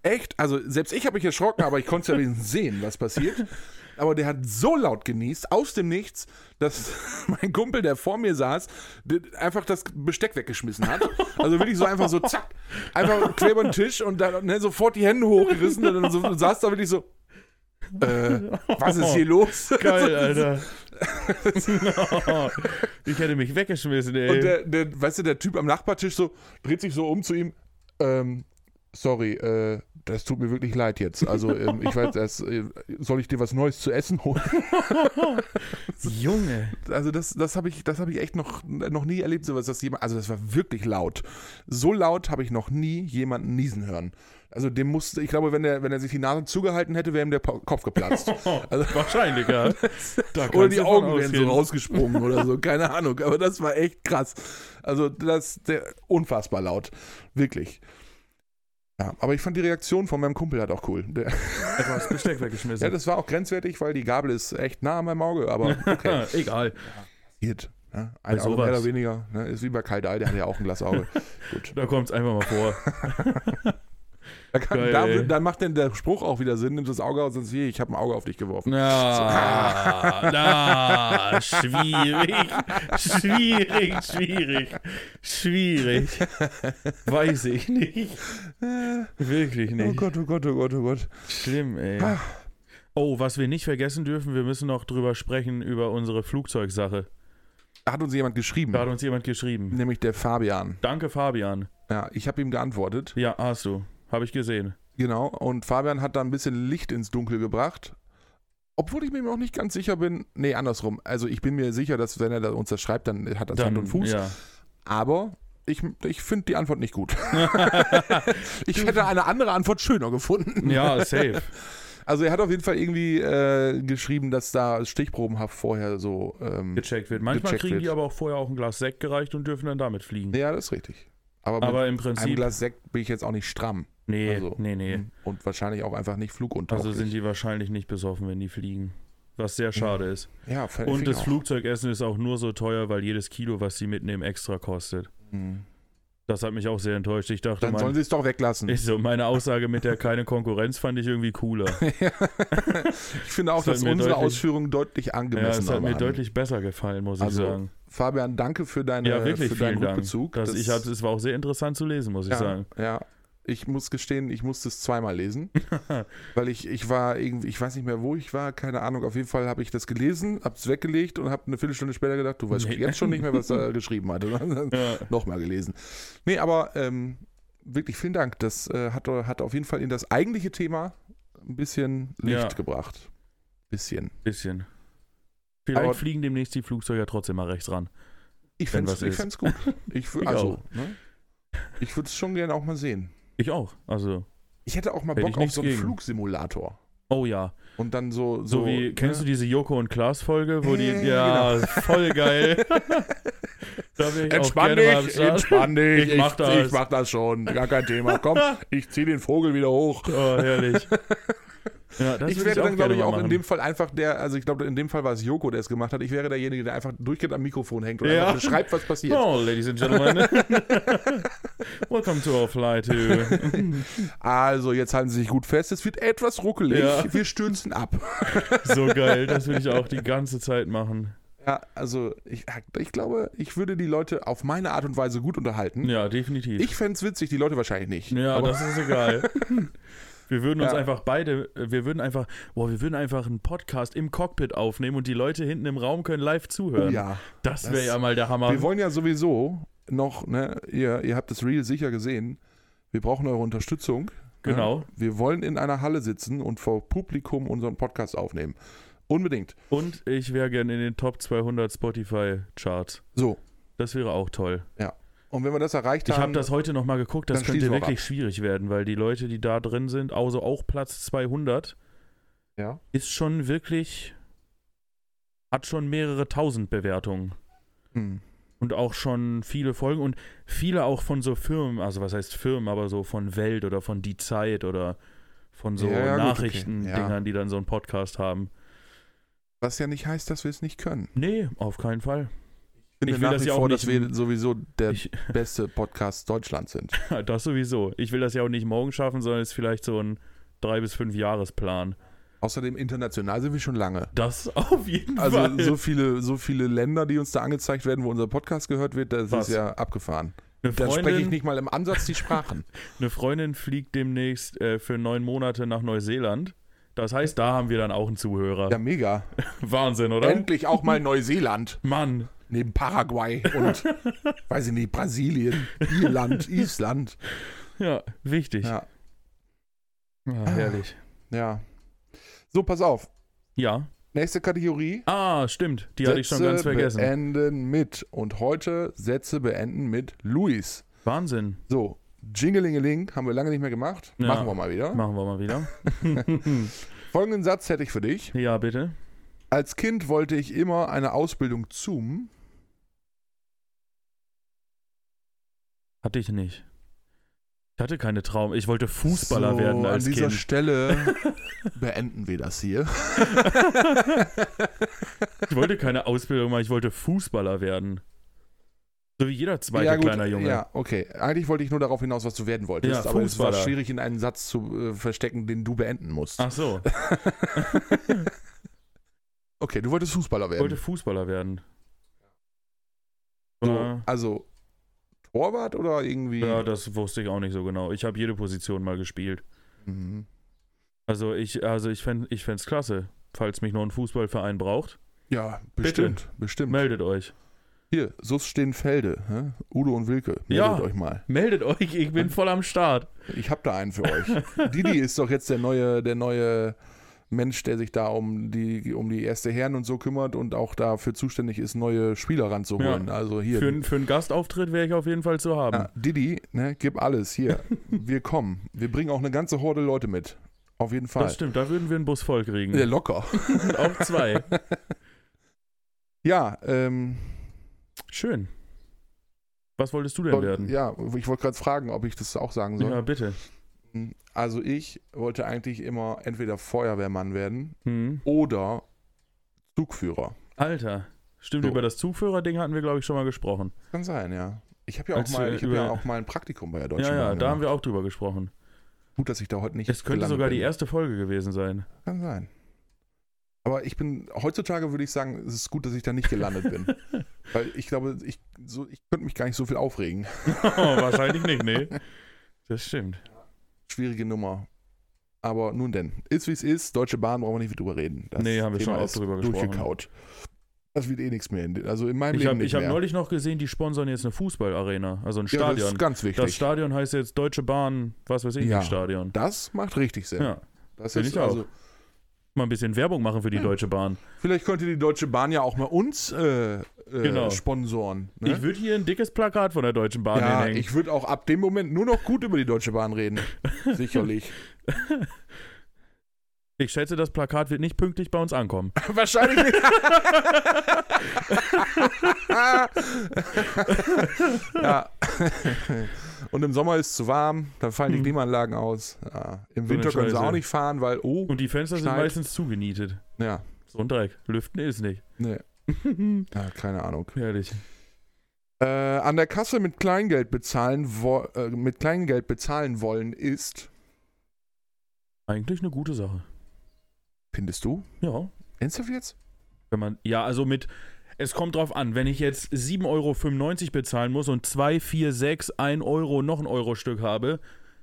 Echt, also selbst ich habe mich erschrocken, aber ich konnte es ja wenigstens sehen, was passiert. Aber der hat so laut genießt, aus dem Nichts, dass (laughs) mein Kumpel, der vor mir saß, der einfach das Besteck weggeschmissen hat. Also wirklich so einfach so zack, einfach quer über den Tisch und dann ne, sofort die Hände hochgerissen und dann so, saß da wirklich so, äh, was ist hier los? (laughs) Geil, Alter. (laughs) ich hätte mich weggeschmissen, ey. Und äh, der, der, weißt du, der Typ am Nachbartisch so dreht sich so um zu ihm. Ähm, sorry, äh, das tut mir wirklich leid jetzt. Also ähm, ich weiß, das, äh, soll ich dir was Neues zu essen holen? (laughs) Junge. Also das, das habe ich, das habe ich echt noch, noch nie erlebt, sowas, dass jemand, also das war wirklich laut. So laut habe ich noch nie jemanden niesen hören. Also dem musste, ich glaube, wenn er wenn er sich die Nase zugehalten hätte, wäre ihm der Pa- Kopf (laughs) geplatzt. Also, Wahrscheinlich, (laughs) ja. Da Oder kannst die du von Augen wären so ausgehen. rausgesprungen oder (laughs) so, keine Ahnung. Aber das war echt krass. Also das der, unfassbar laut. Wirklich. Ja, aber ich fand die Reaktion von meinem Kumpel halt auch cool. Der, Einfach das Besteck ja, weggeschmissen. das war auch grenzwertig, weil die Gabel ist echt nah an meinem Auge, (laughs) aber okay. Ah, Egal. Hit. Ne? Ein Bei Auge mehr sowas. oder weniger. Ne? Ist wie bei Kyle Dahl, der hat ja auch ein (laughs) Glasauge. Gut. Da kommt es einfach mal vor. (laughs) Da kann, Geil, da, ey. dann macht denn der Spruch auch wieder Sinn, nimmt das Auge aus und sagt, hier, ich habe ein Auge auf dich geworfen. Na, na, schwierig, schwierig, schwierig, schwierig. Weiß ich nicht. Wirklich Oh nicht. Gott, Ah. oh Gott, oh Gott, oh Gott. Schlimm, ey. Oh, was wir nicht vergessen dürfen, wir müssen noch drüber sprechen, über unsere Flugzeugsache. Da hat uns jemand geschrieben, Da hat uns jemand geschrieben. nämlich der Fabian. Danke, Fabian. Ja, ich habe ihm geantwortet. Ja, hast du. Habe ich gesehen. Genau, und Fabian hat da ein bisschen Licht ins Dunkel gebracht. Obwohl ich mir auch nicht ganz sicher bin. Nee, andersrum. Also ich bin mir sicher, dass wenn er da uns das schreibt, dann hat das Hand und Fuß. Ja. Aber ich, ich finde die Antwort nicht (laughs) gut. (laughs) ich hätte eine andere Antwort schöner gefunden. ja, safe. Also er hat auf jeden Fall irgendwie äh, geschrieben, dass da stichprobenhaft vorher so... Ähm, (laughs) Gecheckt wird. Manchmal Gecheckt kriegen die wird. aber auch vorher auch ein Glas Sekt gereicht und dürfen dann damit fliegen. ja, das ist richtig. Aber, mit aber im einem Prinzip. Glas Sekt bin ich jetzt auch nicht stramm. nee, also- nee, nee. Und wahrscheinlich auch einfach nicht fluguntauglich. Also sind die wahrscheinlich nicht besoffen, wenn die fliegen. Was sehr schade ist. Hm. ja, ver- Und finde ich auch. das Flugzeugessen ist auch nur so teuer, weil jedes Kilo, was sie mitnehmen, extra kostet. Mhm. Das hat mich auch sehr enttäuscht. Ich dachte, Dann mein, sollen sie es doch weglassen. ich so, meine Aussage mit der keine Konkurrenz fand ich irgendwie cooler. (laughs) Ich finde auch, Das hat dass mir unsere deutlich- Ausführungen deutlich Ja, angemessen es hat mir waren. deutlich besser gefallen, muss Also, ich sagen. Fabian, danke für, deine, Ja, wirklich, für deinen vielen Dank. Rückbezug. Das, ich hab, es war auch sehr interessant zu lesen, muss ich ja, sagen. Ja, ich muss gestehen, ich musste es zweimal (laughs) lesen, weil ich, ich war irgendwie, ich weiß nicht mehr, wo ich war, keine Ahnung. Auf jeden Fall habe ich das gelesen, habe es weggelegt und habe eine Viertelstunde später gedacht, du weißt Nee. jetzt schon nicht mehr, was (laughs) er geschrieben hat. oder? (laughs) Ja. Nochmal gelesen. Nee, aber ähm, wirklich vielen Dank. Das äh, hat, hat auf jeden Fall in das eigentliche Thema ein bisschen Licht Ja. gebracht. Bisschen. Bisschen. Vielleicht Aber- fliegen demnächst die Flugzeuge trotzdem mal rechts ran. Ich wenn fände es was ist. gut. (laughs) Ich, wür- Ich also, ne? ich würde es schon gerne auch mal sehen. Ich auch. Also, Ich hätte auch mal Hätte Bock ich auf nichts so einen gegen. Flugsimulator. oh ja. Und dann so. So, So, ne? wie, kennst (laughs) du diese Joko und Klaas-Folge, wo die, Äh, ja, genau. (laughs) voll geil. da will ich auch Entspann gerne mal am dich, Start. entspann dich. Ich mach das. Ich mach das schon. Gar kein Thema. (laughs) Komm, ich zieh den Vogel wieder hoch. Oh, (laughs) herrlich. Ja, das ich will wäre dann, auch glaube gerne ich, mal auch in machen. dem Fall einfach der, also ich glaube, in dem Fall war es Joko, der es gemacht hat. Ich wäre derjenige, der einfach durchgehend am Mikrofon hängt und Ja. einfach beschreibt, was passiert. (laughs) Oh, ladies and gentlemen. Welcome to our flight. (laughs) to- Also, jetzt halten Sie sich gut fest. Es wird etwas ruckelig. Ja. Wir stürzen ab. So geil, das will ich auch die ganze Zeit machen. Ja, also, ich, ich glaube, ich würde die Leute auf meine Art und Weise gut unterhalten. Ja, definitiv. Ich fänd's witzig, die Leute wahrscheinlich nicht. Ja, aber das ist (laughs) egal. Wir würden uns Ja. einfach beide, äh, wir würden einfach, boah, wir würden einfach einen Podcast im Cockpit aufnehmen und die Leute hinten im Raum können live zuhören. ja. Das Ah. Das- wäre ja mal der Hammer. Wir wollen ja sowieso noch, ne, ihr, ihr habt das Reel sicher gesehen. Wir brauchen eure Unterstützung. Genau. Ne? Wir wollen in einer Halle sitzen und vor Publikum unseren Podcast aufnehmen. Unbedingt. Und ich wäre gern in den Top 200 Spotify Charts. So. Das wäre auch toll. Und wenn wir das erreicht Ich habe haben, das heute nochmal geguckt, das dann schließen könnte wir auch wirklich schwierig werden, weil die Leute, die da drin sind, also auch Platz 200, ja, ist schon wirklich, hat schon mehrere tausend Bewertungen. hm, und auch schon viele Folgen und viele auch von so Firmen, also was heißt Firmen, aber so von Welt oder von Die Zeit oder von so Ja, ja, gut, okay. Nachrichtendingern, Ja. die dann so einen Podcast haben. Was ja nicht heißt, dass wir es nicht können. Nee, auf keinen Fall. (laughs) Ich finde will nach das wie ja auch vor, nicht dass wir im- sowieso der Ich, beste Podcast Deutschlands sind. (laughs) das sowieso. Ich will das ja auch nicht morgen schaffen, sondern es ist vielleicht so ein drei bis fünf Jahresplan. Außerdem international sind wir schon lange. Das (laughs) auf jeden Also Fall. so viele, so viele Länder, die uns da angezeigt werden, wo unser Podcast gehört wird, das Was? ist ja abgefahren. eine, Dann spreche ich Freundin, nicht mal im Ansatz die (laughs) Sprachen. eine Freundin fliegt demnächst äh, für neun Monate nach Neuseeland. Das heißt, da haben wir dann auch einen Zuhörer. ja, mega. Wahnsinn, oder? Endlich auch mal Neuseeland. Mann, (laughs) Neben Paraguay und, weiß ich nicht, Brasilien, (laughs) Irland, Island. ja, wichtig. Ja, Ah, herrlich. ja. So, pass auf. Ja. Nächste Kategorie. Ah, stimmt. Die hatte ich schon ganz vergessen. beenden mit. Und heute Sätze beenden mit Luis. Wahnsinn. So, Jingelingeling haben wir lange nicht mehr gemacht. Ja. Machen wir mal wieder. Machen wir mal wieder. (laughs) Folgenden Satz hätte ich für dich. ja, bitte. Als Kind wollte ich immer eine Ausbildung zum. Hatte ich nicht. Ich hatte keine Traum. Ich wollte Fußballer so, werden als An dieser Kind. (laughs) Stelle beenden wir das hier. ich wollte keine Ausbildung machen, ich wollte Fußballer werden. So wie jeder zweite ja, gut, kleiner Junge. Ja, okay. Eigentlich wollte ich nur darauf hinaus, was du werden wolltest. Ja, aber es war Fußballer. Ah. schwierig, in einen Satz zu äh, verstecken, den du beenden musst. Ach so, (laughs) Okay, du wolltest Fußballer ich werden. wollte Fußballer werden. so, Äh, also Torwart oder irgendwie. ja, das wusste ich auch nicht so genau. Ich habe jede Position mal gespielt. mhm. Also ich, also ich fände ich fänd's klasse. Falls mich noch ein Fußballverein braucht, ja Bitte. bestimmt. Bestimmt. meldet euch. Hier, Sus stehen Felde. Hä? Udo und Wilke, meldet Ja. euch mal. Meldet euch, ich bin voll am Start. Ich hab da einen für (laughs) euch. Didi ist doch jetzt der neue, der neue Mensch, der sich da um die, um die erste Herren und so kümmert und auch dafür zuständig ist, neue Spieler ranzuholen. Also hier. Für, für einen Gastauftritt wäre ich auf jeden Fall zu haben. ja, Didi, ne, gib alles (laughs) hier. Wir kommen. Wir bringen auch eine ganze Horde Leute mit. Auf jeden Fall. das stimmt, da würden wir einen Bus voll kriegen. Ja, locker. Und auch zwei. Ja, ähm, Schön. Was wolltest du denn soll, werden? ja, ich wollte gerade fragen, ob ich das auch sagen soll. Ja, bitte. Also ich wollte eigentlich immer entweder Feuerwehrmann werden Hm. oder Zugführer. Alter, stimmt, So. über das Zugführerding hatten wir, glaube ich, schon mal gesprochen. Kann sein, ja. Ich habe ja, auch Als mal- wir ich hab über- ja auch mal ein Praktikum bei der Deutschen Ja, ja, Bahn da haben gemacht. wir auch drüber gesprochen. Gut, dass ich da heute nicht. Es könnte gelandet sogar die bin. erste Folge gewesen sein. Kann sein. Aber ich bin, heutzutage würde ich sagen, es ist gut, dass ich da nicht gelandet bin. (laughs) Weil ich glaube, ich, so, ich könnte mich gar nicht so viel aufregen. (laughs) (laughs) oh, wahrscheinlich nicht, nee. Das stimmt. (laughs) Schwierige Nummer. Aber nun denn. Ist wie es ist. Deutsche Bahn brauchen wir nicht drüber reden. Das Nee, haben wir schon auch ist drüber gesprochen. Durchgekaut. Das wird eh nichts mehr. in- Also in meinem Ich Leben habe nicht hab mehr. neulich noch gesehen, die sponsern jetzt eine Fußballarena, also ein ja, das Stadion. ist ganz das, wichtig. Stadion heißt jetzt Deutsche Bahn, was weiß ich, Ja. Stadion. Das macht richtig Sinn. Ja, das bin ist ich auch. also mal ein bisschen Werbung machen Hm. für die Deutsche Bahn. Vielleicht könnte die Deutsche Bahn ja auch mal uns äh, äh, Genau. sponsoren. Ne? Ich würde hier ein dickes Plakat von der Deutschen Bahn ja, hinhängen. ich würde auch ab dem Moment nur noch gut über die Deutsche Bahn (laughs) reden. Sicherlich. Ich schätze, das Plakat wird nicht pünktlich bei uns ankommen. Wahrscheinlich nicht. (laughs) ja. Und im Sommer ist es zu warm, dann fallen die Hm. Klimaanlagen aus. Ja. Im So Winter eine können sie Scheiße. auch nicht fahren, weil, oh, Und die Fenster sind Schneit. meistens zugenietet. ja, So ein Dreck. Lüften ist nicht. (laughs) nee, ja keine Ahnung. Herrlich. Äh, an der Kasse mit Kleingeld bezahlen, wo, äh, mit Kleingeld bezahlen wollen ist, Eigentlich eine gute Sache. findest du? Ja. Ernsthaft jetzt? Wenn man. Ja, also mit. Es kommt drauf an, wenn ich jetzt 7,95 Euro bezahlen muss und 2, 4, 6, 1 Euro noch ein Euro-Stück habe,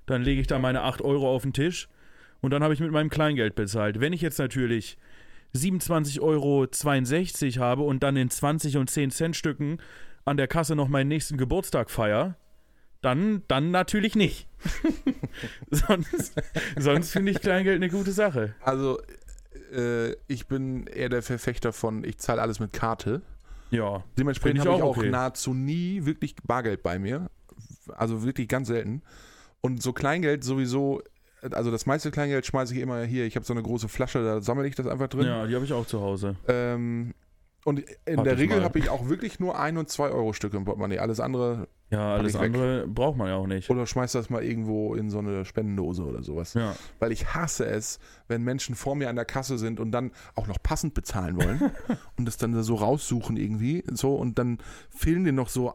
dann lege ich da meine 8 Euro auf den Tisch und dann habe ich mit meinem Kleingeld bezahlt. Wenn ich jetzt natürlich 27,62 Euro habe und dann in 20 und 10 Cent Stücken an der Kasse noch meinen nächsten Geburtstag feier, dann, dann natürlich nicht. (laughs) sonst sonst finde ich Kleingeld eine gute Sache. Also, äh, ich bin eher der Verfechter von, ich zahle alles mit Karte. Ja. Dementsprechend Find habe ich ich auch auch okay. nahezu nie wirklich Bargeld bei mir. Also wirklich ganz selten. Und so Kleingeld sowieso, also das meiste Kleingeld schmeiße ich immer hier. Ich habe so eine große Flasche, da sammle ich das einfach drin. Ja, die habe ich auch zu Hause. Ähm, Und in Warte der ich Regel mal. habe ich auch wirklich nur 1- und 2-Euro-Stücke im Portemonnaie. Alles andere, Ja, alles ich weg. andere braucht man ja auch nicht. oder schmeiß das mal irgendwo in so eine Spendendose oder sowas. Ja. Weil ich hasse es, wenn Menschen vor mir an der Kasse sind und dann auch noch passend bezahlen (laughs) wollen und das dann so raussuchen irgendwie. So, und dann fehlen dir noch so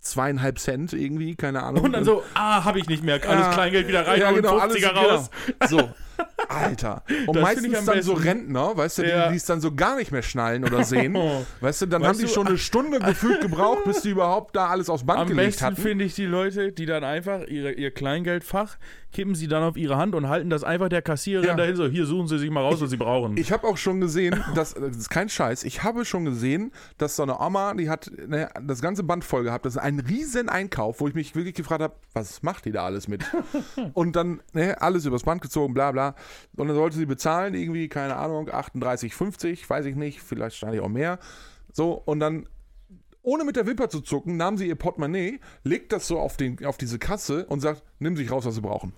zweieinhalb Cent irgendwie, keine Ahnung. Und dann so, ah, habe ich nicht mehr. Alles (laughs) Ja. Kleingeld wieder rein und 50er raus. Genau. (laughs) So. (laughs) Alter. Und Das find ich meistens am dann so besten. Rentner, weißt du, Ja. die, die es dann so gar nicht mehr schnallen oder (laughs) sehen. Oh. Weißt du, dann Weißt haben die du, schon (laughs) eine Stunde gefühlt gebraucht, bis die überhaupt da alles aufs Band Am gelegt besten hatten. finde ich die Leute, die dann einfach ihre, ihr Kleingeldfach kippen sie dann auf ihre Hand und halten das einfach der Kassiererin Ja. dahin so, hier suchen sie sich mal raus, was sie brauchen. Ich habe auch schon gesehen, dass, äh, das ist kein Scheiß, ich habe schon gesehen, dass so eine Oma, die hat ne, das ganze Band voll gehabt. Das ist ein riesen Einkauf, wo ich mich wirklich gefragt habe, was macht die da alles (laughs) mit? Und dann ne, alles übers Band gezogen, bla bla. Und dann sollte sie bezahlen, irgendwie, keine Ahnung, 38,50, weiß ich nicht, vielleicht stand ich auch mehr. So, und dann, ohne mit der Wimper zu zucken, nahm sie ihr Portemonnaie, legt das so auf, den, auf diese Kasse und sagt, nimm sich raus, was sie brauchen.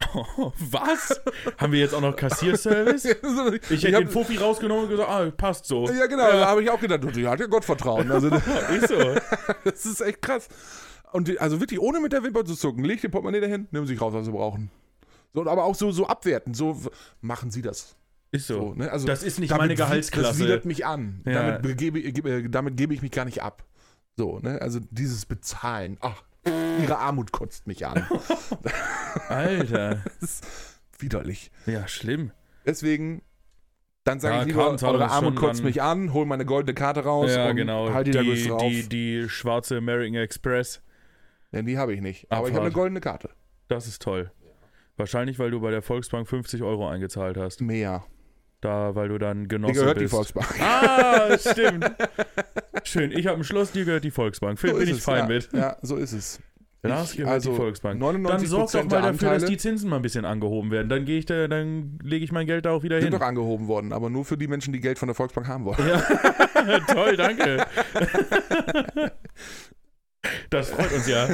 (laughs) Oh, was? (laughs) Haben wir jetzt auch noch Kassierservice? Ich hätte hab- den Fofi rausgenommen und gesagt, ah, passt so. ja, genau, da habe ich auch gedacht, die hat ja Gottvertrauen. (laughs) Also, Ist so. Das ist echt krass. Und die, also wirklich, ohne mit der Wimper zu zucken, legt ihr Portemonnaie dahin, nehmen sich raus, was sie brauchen. So, und aber auch so, so abwertend, so w- machen sie das. Ist so. So, ne? also, Das ist nicht damit meine wi- Das Gehaltsklasse. widert mich an. Ja. Damit, begebe, gebe- äh, damit gebe ich mich gar nicht ab. So, ne? Also dieses Bezahlen. Ach, ihre Armut kotzt mich an. (laughs) Alter. Widerlich. Ja, schlimm. Deswegen, dann sage Ja, ich lieber, Kartenzahlung eure ist Armut schon kotzt dann- mich an, hol meine goldene Karte raus Ja, und genau. halt die, da gut die, drauf. die, die schwarze American Express. Denn die habe ich nicht. Aber ich habe eine Abfahrt. goldene Karte. Das ist toll. Wahrscheinlich, weil du bei der Volksbank 50 Euro eingezahlt hast. Mehr. Da, weil du dann Die Genosse gehört die bist. Volksbank. (laughs) Ah, stimmt. Schön, ich habe ein Schloss, dir gehört die Volksbank. Phil, So bin ist ich es, fein ja. mit. Ja, so ist es. Lars Ich- gehört also die Volksbank. 99% Dann sorg doch mal der dafür, Anteile dass die Zinsen mal ein bisschen angehoben werden. Dann gehe ich da, dann lege ich mein Geld da auch wieder sind hin. (laughs) doch angehoben worden, aber nur für die Menschen, die Geld von der Volksbank haben wollen. (laughs) Toll, danke. Das freut (laughs) uns ja.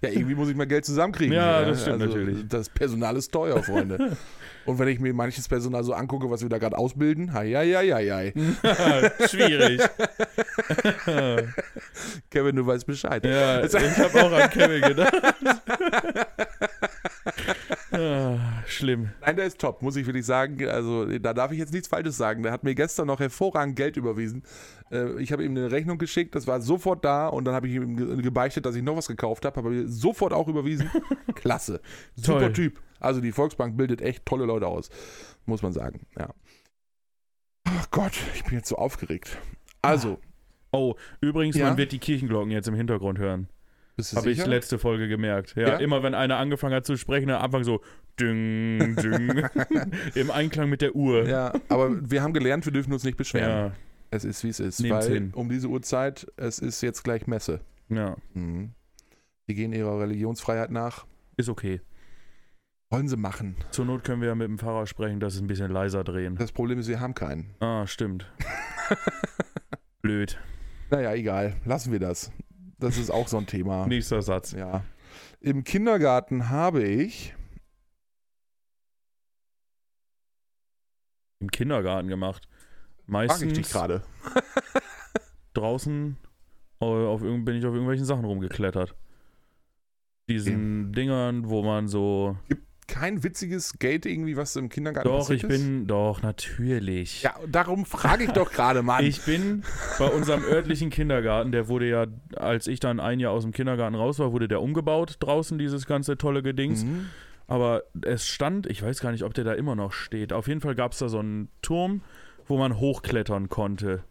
Ja, irgendwie muss ich mal Geld zusammenkriegen. ne? Also, Ja, das stimmt natürlich. Das Personal ist teuer, (laughs) Freunde. Und wenn ich mir manches Personal so angucke, was wir da gerade ausbilden, hei, hei, hei, hei, hei. (laughs) Schwierig. Kevin, du weißt Bescheid. (laughs) Ja, ich habe auch an Kevin gedacht. Ah, Schlimm. Nein, der ist top, muss ich wirklich sagen. Also, da darf ich jetzt nichts Falsches sagen. Der hat mir gestern noch hervorragend Geld überwiesen. Äh, Ich habe ihm eine Rechnung geschickt, das war sofort da und dann habe ich ihm ge- gebeichtet, dass ich noch was gekauft habe, habe mir sofort auch (laughs) überwiesen. Klasse. Super Toll. Typ. Also, die Volksbank bildet echt tolle Leute aus, muss man sagen. Ja. Ach Gott, ich bin jetzt so aufgeregt. Also, Oh, übrigens, Ja? man wird die Kirchenglocken jetzt im Hintergrund hören. bist du Habe ich sicher? letzte Folge gemerkt. Ja, Ja? immer wenn einer angefangen hat zu sprechen, am Anfang so (laughs) ding, ding. Im Einklang mit der Uhr. ja, aber wir haben gelernt, wir dürfen uns nicht beschweren. ja. Es ist, wie es ist. Nehmt's weil hin. um diese Uhrzeit, es ist jetzt gleich Messe. ja. Mhm. Die gehen ihrer Religionsfreiheit nach. Ist okay. Wollen sie machen. Zur Not können wir ja mit dem Fahrer sprechen, dass es ein bisschen leiser (laughs) drehen. Das Problem ist, wir haben (laughs) keinen. Ah, stimmt. Blöd. Naja, egal. Lassen wir das. Das ist auch so ein Thema. Nächster Satz. Ja. Im Kindergarten habe ich. Im Kindergarten gemacht. Frag ich dich Meistens (laughs) gerade. draußen äh, auf, irgend- bin ich auf irgendwelchen Sachen rumgeklettert. Diesen Dingern, wo man so. Kein witziges Gate irgendwie, was im Kindergarten Doch, Also passiert ich ist? bin. Doch, natürlich. Ja, darum frage ich doch gerade, Mann. (laughs) Ich bin (laughs) bei unserem örtlichen Kindergarten, der wurde ja, als ich dann ein Jahr aus dem Kindergarten raus war, wurde der umgebaut draußen, dieses ganze tolle Gedings. Mhm. Aber es stand, ich weiß gar nicht, ob der da immer noch steht. Auf jeden Fall gab es da so einen Turm, wo man hochklettern konnte.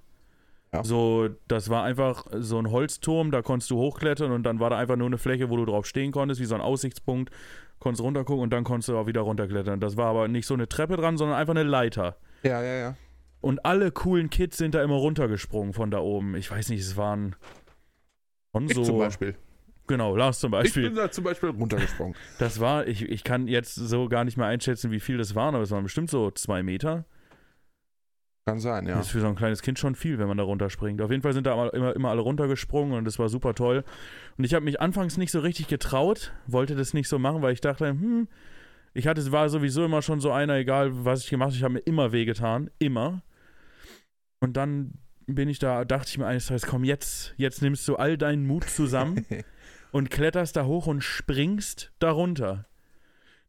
Ja. So, das war einfach so ein Holzturm, da konntest du hochklettern und dann war da einfach nur eine Fläche, wo du drauf stehen konntest, wie so ein Aussichtspunkt. Konntest runtergucken und dann konntest du auch wieder runterklettern. Das war aber nicht so eine Treppe dran, sondern einfach eine Leiter. Ja, ja, ja. Und alle coolen Kids sind da immer runtergesprungen von da oben. Ich weiß nicht, es waren schon Ich so. zum Beispiel. Genau, Lars zum Ich Beispiel. bin da zum Beispiel runtergesprungen. Das war, ich, ich kann jetzt so gar nicht mehr einschätzen, wie viel das waren, aber es waren bestimmt so zwei Meter. Kann sein, ja. Das ist für so ein kleines Kind schon viel, wenn man da runterspringt. Auf jeden Fall sind da immer, immer, immer alle runtergesprungen und das war super toll. Und ich habe mich anfangs nicht so richtig getraut, wollte das nicht so machen, weil ich dachte, hm, ich hatte, war sowieso immer schon so einer, egal was ich gemacht habe, ich habe mir immer wehgetan, immer. Und dann bin ich da, dachte ich mir eines Tages, komm, jetzt, jetzt nimmst du all deinen Mut (laughs) zusammen und kletterst da hoch und springst da runter.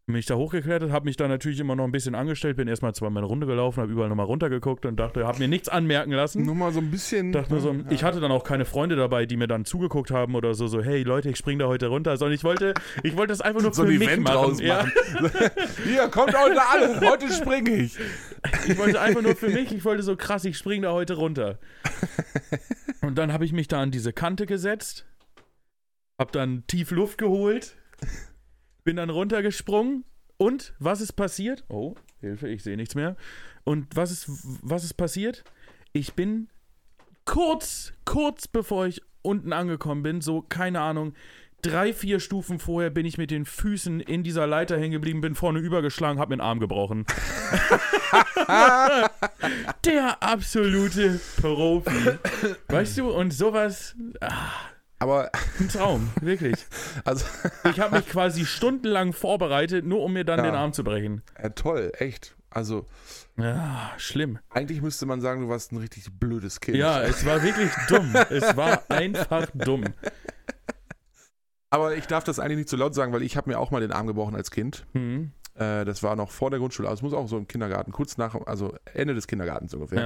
Bin ich da hochgeklettert, habe mich da natürlich immer noch ein bisschen angestellt, bin erstmal zweimal eine Runde gelaufen, habe überall nochmal runtergeguckt und dachte, habe mir nichts anmerken lassen. Nur mal so ein bisschen. Dachte mir so, ich hatte dann auch keine Freunde dabei, die mir dann zugeguckt haben oder so, so, hey Leute, ich spring da heute runter, sondern ich wollte, ich wollte das einfach nur so für ein mich Event machen. draus Ja. machen. (laughs) Hier, kommt heute alle, heute springe ich. Ich wollte einfach nur für mich, ich wollte so krass, ich spring da heute runter. Und dann habe ich mich da an diese Kante gesetzt, habe dann tief Luft geholt, bin dann runtergesprungen und was ist passiert? Oh, Hilfe, ich sehe nichts mehr. Und was ist, was ist passiert? Ich bin kurz, kurz bevor ich unten angekommen bin, so keine Ahnung, drei, vier Stufen vorher bin ich mit den Füßen in dieser Leiter hängen geblieben, bin vorne übergeschlagen, habe mir den Arm gebrochen. Der absolute Profi. Weißt du, und sowas, Aber, ein Traum, wirklich. also, (laughs) Ich habe mich quasi stundenlang vorbereitet, nur um mir dann Ja. den Arm zu brechen. ja, toll, echt. Also, Ja, schlimm. eigentlich müsste man sagen, du warst ein richtig blödes Kind. Ja, es war wirklich dumm. Es war einfach dumm. Aber ich darf das eigentlich nicht zu laut sagen, weil ich habe mir auch mal den Arm gebrochen als Kind. Hm, Äh, das war noch vor der Grundschule, also es muss auch so im Kindergarten, kurz nach, also Ende des Kindergartens ungefähr.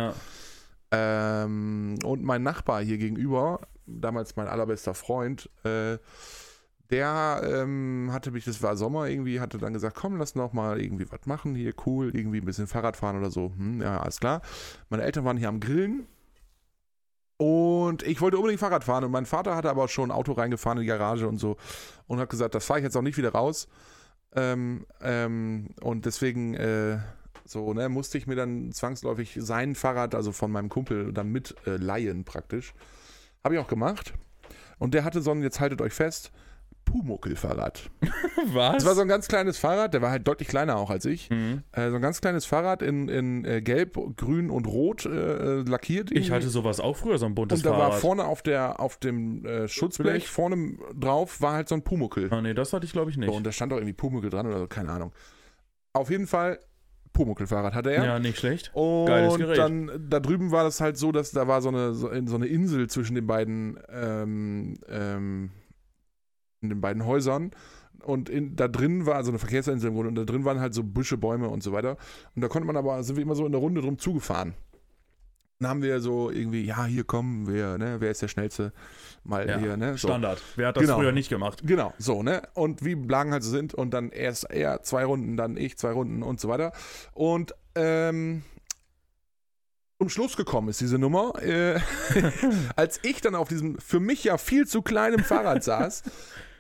ja. Ähm, und mein Nachbar hier gegenüber, damals mein allerbester Freund, äh, der ähm, hatte mich, das war Sommer irgendwie, hatte dann gesagt, komm, lass noch mal irgendwie was machen hier, cool, irgendwie ein bisschen Fahrrad fahren oder so. Hm, ja, alles klar. Meine Eltern waren hier am Grillen und ich wollte unbedingt Fahrrad fahren und mein Vater hatte aber schon ein Auto reingefahren in die Garage und so und hat gesagt, das fahre ich jetzt auch nicht wieder raus. Ähm, ähm, und deswegen äh, so, ne, musste ich mir dann zwangsläufig sein Fahrrad, also von meinem Kumpel, dann mit äh, leihen praktisch. Habe ich auch gemacht. Und der hatte so ein, jetzt haltet euch fest, Pumuckel-Fahrrad. Was? Das war so ein ganz kleines Fahrrad, der war halt deutlich kleiner auch als ich. Hm. Äh, so ein ganz kleines Fahrrad in, in äh, Gelb, Grün und Rot äh, äh, lackiert. Ich irgendwie. hatte sowas auch früher, so ein buntes und da war Fahrrad. vorne auf, der, auf dem äh, Schutzblech, Schutzblech? vorne drauf, war halt so ein Pumuckel. Ah, nee, das hatte ich, glaube ich, nicht. So, und da stand auch irgendwie Pumuckel dran oder so, keine Ahnung. Auf jeden Fall, Pumuckel-Fahrrad hatte er. ja. nicht schlecht. Und Geiles Gerät. dann da drüben war das halt so, dass da war so eine, so, in- so eine Insel zwischen den beiden, ähm, ähm, in den beiden Häusern. Und in, da drin war so eine Verkehrsinsel im Grunde und da drin waren halt so Büsche, Bäume und so weiter. Und da konnte man aber, sind wir immer so in der Runde drum zugefahren. Dann haben wir so irgendwie, ja, hier kommen wir, ne, wer ist der Schnellste? Mal Ja, hier, ne? So. Standard. Wer hat das Genau. früher nicht gemacht? Genau, so, ne? Und wie Blagen halt so sind und dann erst er zwei Runden, dann ich zwei Runden und so weiter. Und ähm, zum Schluss gekommen ist diese Nummer, äh, (laughs) als ich dann auf diesem für mich ja viel zu kleinen Fahrrad saß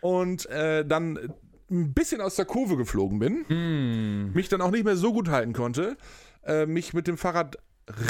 und äh, dann ein bisschen aus der Kurve geflogen bin, Hm. mich dann auch nicht mehr so gut halten konnte, äh, mich mit dem Fahrrad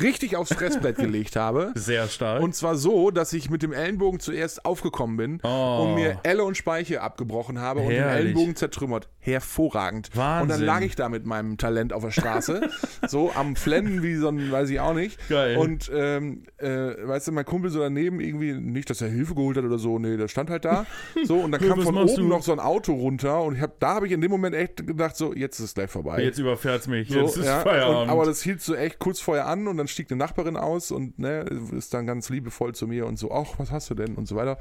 richtig aufs Fressbrett gelegt habe. Sehr stark. Und zwar so, dass ich mit dem Ellenbogen zuerst aufgekommen bin Oh. und mir Elle und Speiche abgebrochen habe und den Herrlich. Ellenbogen zertrümmert. Hervorragend. Und dann Wahnsinn. lag ich da mit meinem Talent auf der (laughs) Straße, so am Flennen wie so ein, weiß ich auch nicht. Geil. Und ähm, äh, weißt du, mein Kumpel so daneben irgendwie, nicht, dass er Hilfe geholt hat oder so, nee, der stand halt da. So, (laughs) und dann kam Was von machst oben du? noch so ein Auto runter und ich hab, da habe ich in dem Moment echt gedacht, so, jetzt ist es gleich vorbei. Oh, Jetzt überfährt's mich. So, Jetzt ist ja, Und, Feierabend. aber das hielt so echt kurz vorher an und dann stieg eine Nachbarin aus und ne, ist dann ganz liebevoll zu mir und so, ach, was hast du denn und so (laughs) weiter.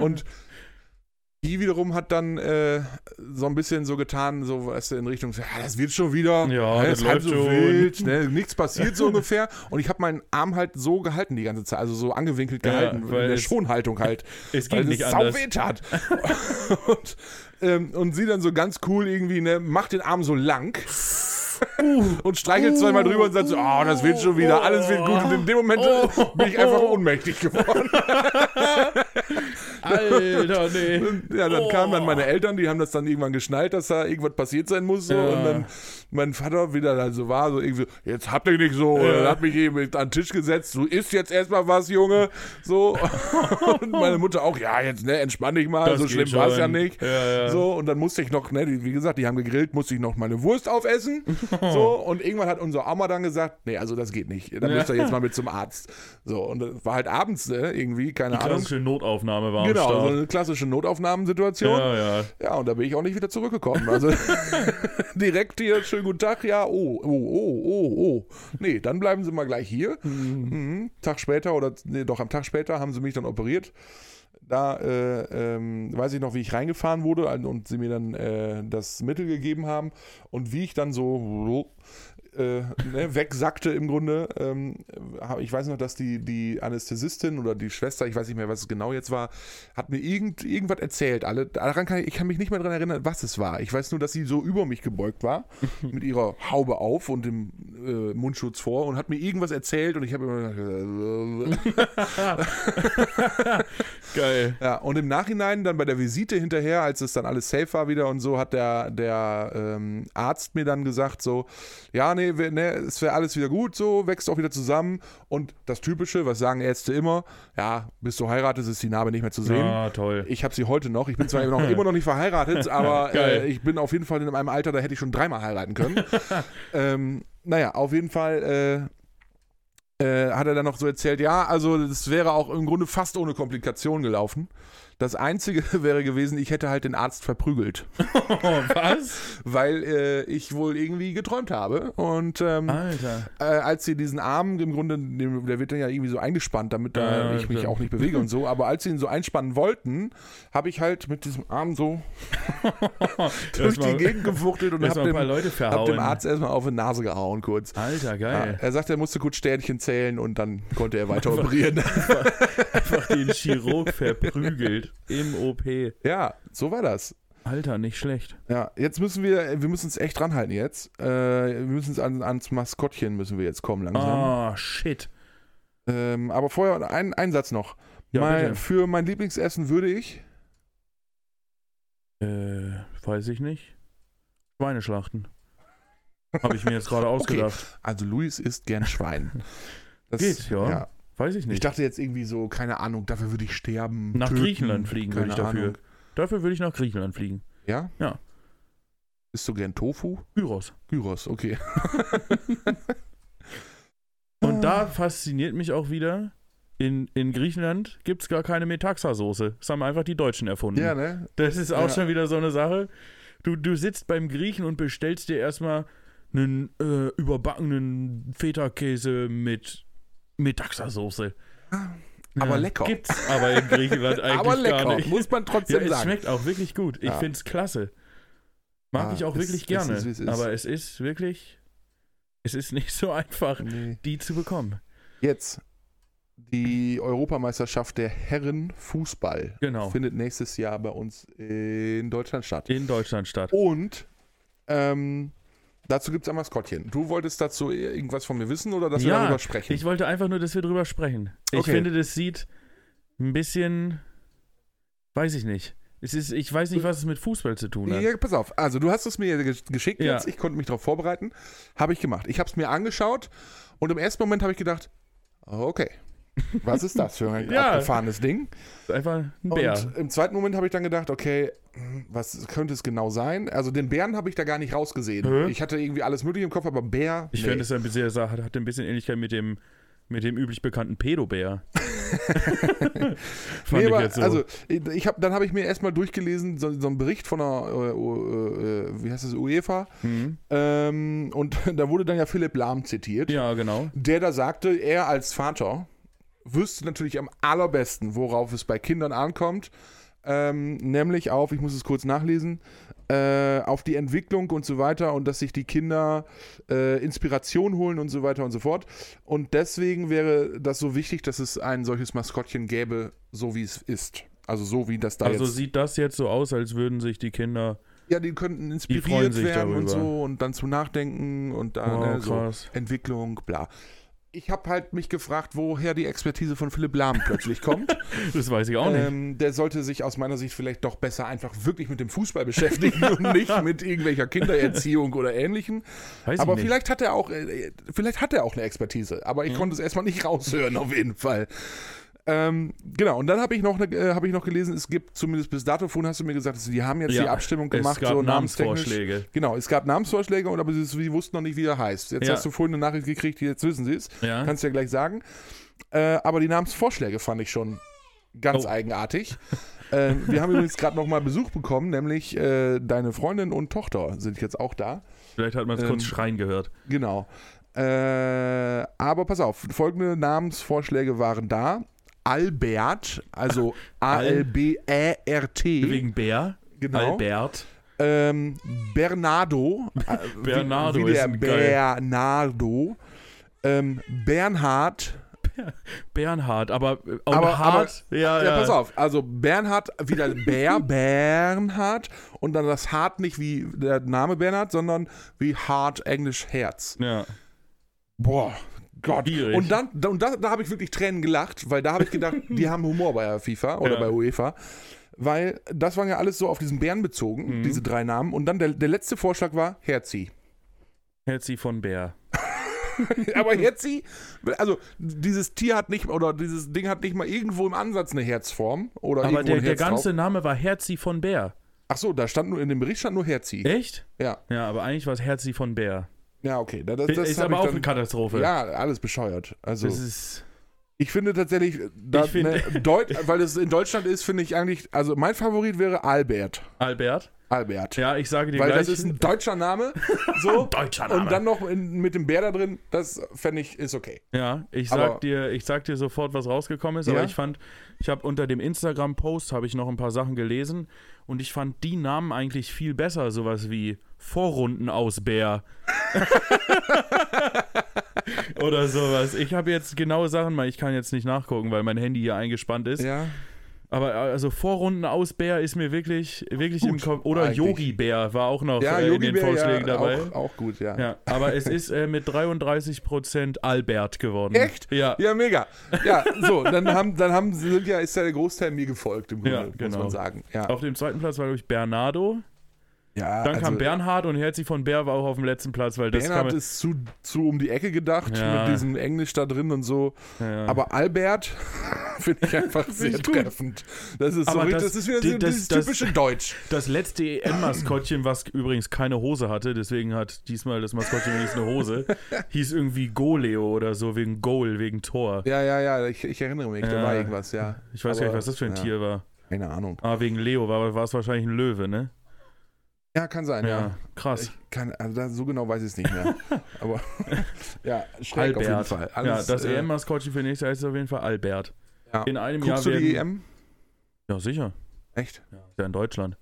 Und die wiederum hat dann äh, so ein bisschen so getan, so weißt du, in Richtung, so, ja, das wird schon wieder, Ja, ne, das ist halb läuft so schon. wild, ne, nichts passiert so ungefähr. Und ich habe meinen Arm halt so gehalten die ganze Zeit, also so angewinkelt Ja, gehalten, weil in der es- Schonhaltung halt es weil ging nicht es anders. sauweht hat. (laughs) und, ähm, und sie dann so ganz cool irgendwie, ne, macht den Arm so (laughs) lang und streichelt zweimal drüber und sagt so, oh, das wird schon wieder, alles wird gut. Und in dem Moment Oh. bin ich einfach ohnmächtig geworden. (laughs) Alter, nee. Oh. ja, dann kamen dann meine Eltern, die haben das dann irgendwann geschnallt, dass da irgendwas passiert sein muss. So. Ja. Und dann mein Vater wieder dann so war, so irgendwie, so, jetzt habt ihr nicht so. Und dann hat mich eben an den Tisch gesetzt, du isst jetzt erstmal was, Junge. So. (laughs) und meine Mutter auch, ja, jetzt ne, entspann dich mal, Das so geht schlimm war es ja schon. nicht. Ja, ja. So, und dann musste ich noch, ne, die, wie gesagt, die haben gegrillt, musste ich noch meine Wurst (laughs) aufessen. so, und irgendwann hat unser Oma dann gesagt, nee, (laughs) also das geht nicht. Da müsst ihr jetzt mal mit zum Arzt. So, und das war halt abends, ne, irgendwie, keine Ahnung. Klassische Notaufnahme war am Genau, so Start. eine klassische Notaufnahmensituation. Ja. ja, ja. und da bin ich auch nicht wieder zurückgekommen. (laughs) Also direkt hier, schönen guten Tag, ja, oh, oh, oh, oh, oh. Nee, dann bleiben Sie mal gleich hier. Mhm. Tag später oder nee, doch am Tag später haben sie mich dann operiert. Da äh, ähm, weiß ich noch, wie ich reingefahren wurde an- und sie mir dann äh, das Mittel gegeben haben und wie ich dann so äh, ne, wegsackte im Grunde. Ähm, hab- ich weiß noch, dass die, die Anästhesistin oder die Schwester, ich weiß nicht mehr, was es genau jetzt war, hat mir irgend, irgendwas erzählt. Alle, daran kann ich, ich kann mich nicht mehr daran erinnern, was es war. Ich weiß nur, dass sie so über mich gebeugt war, mit ihrer Haube auf und dem äh, Mundschutz vor und hat mir irgendwas erzählt und ich habe immer gedacht, äh, Geil. Ja, und im Nachhinein dann bei der Visite hinterher, als es dann alles safe war wieder und so, hat der, der ähm, Arzt mir dann gesagt so, ja, nee, wir, nee es wäre alles wieder gut, so, wächst auch wieder zusammen. Und das Typische, was sagen Ärzte immer, ja, bis du heiratest, ist die Narbe nicht mehr zu sehen. Ah, toll. Ich habe sie heute noch. Ich bin zwar noch, immer noch nicht verheiratet, aber Geil. äh, ich bin auf jeden Fall in einem Alter, da hätte ich schon dreimal heiraten können. ähm, naja, auf jeden Fall äh, äh, hat er dann noch so erzählt, ja, also das wäre auch im Grunde fast ohne Komplikation gelaufen. Das Einzige (laughs) wäre gewesen, ich hätte halt den Arzt verprügelt, Oh, (laughs) was? weil äh, ich wohl irgendwie geträumt habe. Und ähm, Alter. äh, als sie diesen Arm im Grunde, dem- der wird dann ja irgendwie so eingespannt, damit äh, Ja, ich mich klar. auch nicht bewege und so, aber als sie ihn so einspannen wollten, habe ich halt mit diesem Arm (laughs) so durch die Erstmal- Gegend gewuchtelt und Lass habe mal ein dem, paar Leute Ah, hab verhauen. dem Arzt erstmal auf die Nase gehauen kurz. Alter, Ja, geil. er sagte, er musste kurz Sternchen zählen und dann konnte er (laughs) weiter operieren. Ah. Einfach den (laughs) Chirurg verprügelt im OP. ja, so war das. Alter, nicht schlecht. Ja, jetzt müssen wir, wir müssen uns echt dranhalten jetzt. Äh, wir müssen es an, ans Maskottchen müssen wir jetzt kommen langsam. Ah, shit. Ähm, aber vorher ein, ein Satz noch. Ja, mein, für mein Lieblingsessen würde ich bitte. Äh, weiß ich nicht. Schweineschlachten. Habe ich mir (laughs) jetzt gerade ausgedacht. Also Luis isst gern (laughs) Schwein. Das, Geht, ja. Weiß ich Ich nicht. dachte jetzt irgendwie so, keine Ahnung, dafür würde ich sterben. Nach töten, Griechenland fliegen würde keine ich dafür. Ahnung. Dafür würde ich nach Griechenland fliegen. Ja? Ja. Isst du gern Tofu? Gyros. Gyros, okay. Und Ah. da fasziniert mich auch wieder, in, in Griechenland gibt es gar keine Metaxa-Soße. Das haben einfach die Deutschen erfunden. Ja, ne? Das ist auch Ja. schon wieder so eine Sache. Du, du sitzt beim Griechen und bestellst dir erstmal einen äh, überbackenen Feta-Käse mit Metaxa-Soße. Ah. Aber lecker. Gibt's aber in Griechenland eigentlich (laughs) Aber gar lecker, nicht. muss man Ja, trotzdem es sagen. schmeckt auch wirklich gut. Ich Ja. find's klasse. Mag Ah, ich auch es- wirklich es gerne. ist, wie es ist. Aber es ist wirklich, es ist nicht so einfach, Nee. die zu bekommen. Jetzt, die Europameisterschaft der Herren Fußball Genau. findet nächstes Jahr bei uns in Deutschland statt. In Deutschland statt. Und ähm, dazu gibt es ein Maskottchen. Du wolltest dazu irgendwas von mir wissen oder dass wir Ja, darüber sprechen? Ich wollte einfach nur, dass wir drüber sprechen. Ich Okay. finde, das sieht ein bisschen, weiß ich nicht. Es ist, ich weiß nicht, was es mit Fußball zu tun hat. Ja, pass auf. Also, du hast es mir gesch- geschickt Ja. jetzt. Ich konnte mich darauf vorbereiten. Habe ich gemacht. Ich habe es mir angeschaut und im ersten Moment habe ich gedacht, okay, was ist das für ein (laughs) Ja. abgefahrenes Ding? Einfach ein Und Bär. im zweiten Moment habe ich dann gedacht, okay, hm, was könnte es genau sein? Also, den Bären habe ich da gar nicht rausgesehen. Mhm. Ich hatte irgendwie alles Mögliche im Kopf, aber Bär. ich nee. finde, es ein bisschen, es hat hat ein bisschen Ähnlichkeit mit dem, mit dem üblich (laughs) bekannten Pedobär. Fand Nee, ich aber, jetzt so. Also, ich hab, dann habe ich mir erstmal durchgelesen, so, so einen Bericht von der, äh, äh, äh, wie heißt das, UEFA. Hm? Ähm, und (laughs) da wurde dann ja Philipp Lahm zitiert. Ja, genau. der da sagte, er als Vater wüsste natürlich am allerbesten, worauf es bei Kindern ankommt. Ähm, nämlich auf, ich muss es kurz nachlesen, äh, auf die Entwicklung und so weiter und dass sich die Kinder äh, Inspiration holen und so weiter und so fort. Und deswegen wäre das so wichtig, dass es ein solches Maskottchen gäbe, so wie es ist. Also so wie das da Also jetzt. sieht das jetzt so aus, als würden sich die Kinder. Ja, die könnten freuen inspiriert sich werden und darüber. so und dann zu nachdenken und da Wow, ne, so. krass. Entwicklung, bla. Ich habe halt mich gefragt, woher die Expertise von Philipp Lahm plötzlich kommt. Das weiß ich (laughs) auch nicht. ähm, der sollte sich aus meiner Sicht vielleicht doch besser einfach wirklich mit dem Fußball (laughs) beschäftigen und nicht mit irgendwelcher Kindererziehung oder ähnlichem. Weiß aber ich nicht. vielleicht hat er auch, äh, vielleicht hat er auch eine Expertise, aber ich konnte es erstmal nicht raushören, auf jeden Fall. Ähm, genau, und dann habe ich, noch ne, äh, hab ich noch gelesen, es gibt zumindest bis dato, vorhin hast du mir gesagt, die haben jetzt die Abstimmung gemacht, es gab so namenstechnisch. Namensvorschläge. Genau, es gab Namensvorschläge, und aber sie, sie wussten noch nicht, wie er heißt. Jetzt Ja. hast du vorhin eine Nachricht gekriegt, jetzt wissen sie es. Ja. Kannst du ja gleich sagen. Äh, aber die Namensvorschläge fand ich schon Ganz Oh. eigenartig. Ähm, wir haben übrigens gerade nochmal Besuch bekommen, nämlich äh, deine Freundin und Tochter sind jetzt auch da. Vielleicht hat man es kurz Ähm, schreien gehört. Genau. Äh, aber pass auf, folgende Namensvorschläge waren da. Albert, also A-L-B-E-R-T. Wegen Bär. E? Genau. Albert. Ähm, Bernardo. äh, wie- Bernardo wie der ist geil. Bernardo. Ähm, Bernhard. Bernhard, aber, äh, und Aber- hart. ja, Ja, pass auf. Also Bernhard, wieder Bär, (laughs) Bernhard. Und dann das Hart nicht wie der Name Bernhard, sondern wie Hart, Englisch Herz. Ja. Boah, Gott. Schwierig. Und dann, da, und da, da habe ich wirklich Tränen gelacht, weil da habe ich (laughs) gedacht, die haben Humor bei FIFA oder Ja. bei UEFA. Weil das waren ja alles so auf diesen Bären bezogen, Mhm. diese drei Namen. Und dann der, der letzte Vorschlag war Herzi. Herzi von Bär. (laughs) Aber Herzi, also dieses Tier hat nicht, oder dieses Ding hat nicht mal irgendwo im Ansatz eine Herzform. Oder Aber irgendwo der, ein der Herz ganze Drauf. Name war Herzi von Bär. Ach so, da stand nur, in dem Bericht stand nur Herzi. Echt? Ja, Ja, aber eigentlich war es Herzi von Bär. ja, okay. Da- Das, das ist hab aber ich auch dann- eine Katastrophe. Ja, alles bescheuert. Also, Das ist. Ich finde tatsächlich, da, Ich finde- ne, Deut weil es in Deutschland ist, finde ich eigentlich, also mein Favorit wäre Albert. Albert? Albert. Ja, ich sage dir weil gleich. das ist ein deutscher (laughs) Name. So. deutscher Name. Und dann noch in, mit dem Bär da drin, das fände ich, ist okay. ja, ich aber- sag, dir, ich sag dir sofort, was rausgekommen ist, aber Ja? ich fand, ich habe unter dem Instagram-Post habe ich noch ein paar Sachen gelesen und ich fand die Namen eigentlich viel besser, sowas wie Vorrunden aus Bär. (laughs) Oder sowas. Ich habe jetzt genaue Sachen, mal ich kann jetzt nicht nachgucken, weil mein Handy hier eingespannt ist. Ja. Aber also Vorrunden aus Bär ist mir wirklich, wirklich im Gut, Kopf. Oder eigentlich. Yogi Bär war auch noch Ja, äh, in Yogi den Bär, Vorschlägen ja, dabei. Auch, auch gut, ja. Ja, aber es ist äh, mit 33% Albert geworden. Echt? Ja. Ja, mega. Ja, so, dann haben, dann haben sind ja, ist ja der Großteil mir gefolgt, im Grunde, Ja, muss genau. man sagen. Ja, Auf dem zweiten Platz war, glaube ich, Bernardo. ja Dann kam Ah. also Bernhard und Herzig von Bär war auch auf dem letzten Platz, weil das Bernhard kam. ist zu, zu um die Ecke gedacht, Ja. mit diesem Englisch da drin und so. ja. Aber Albert (laughs) finde ich einfach sehr ich gut. treffend. Das ist, so, Aber richtig- das- das ist wieder die- so das- dieses das- typische Deutsch. Das letzte EM-Maskottchen, was übrigens keine Hose hatte, deswegen hat diesmal das Maskottchen wenigstens eine (laughs) Hose, hieß irgendwie Goleo oder so, wegen Goal, wegen Tor. Ja, ja, ja, ich, ich erinnere mich, da Ja. war irgendwas, ja. Ich weiß gar Aber- nicht, was das für ein ja, Tier war. Keine Ahnung. Ah, wegen Leo war war es wahrscheinlich ein Löwe, ne? Ja, kann sein, Ja, ja. krass. Ich kann, also da, so genau weiß ich es nicht (laughs) mehr. Aber (laughs) ja, schräg auf jeden Albert. Fall. ja, das E äh, EM-Maskottchen für nächstes Jahr ist auf jeden Fall Albert. Ja. In einem Guckst Jahr du werden, die E EM? Ja, sicher. Echt? Ja, ist ja in Deutschland.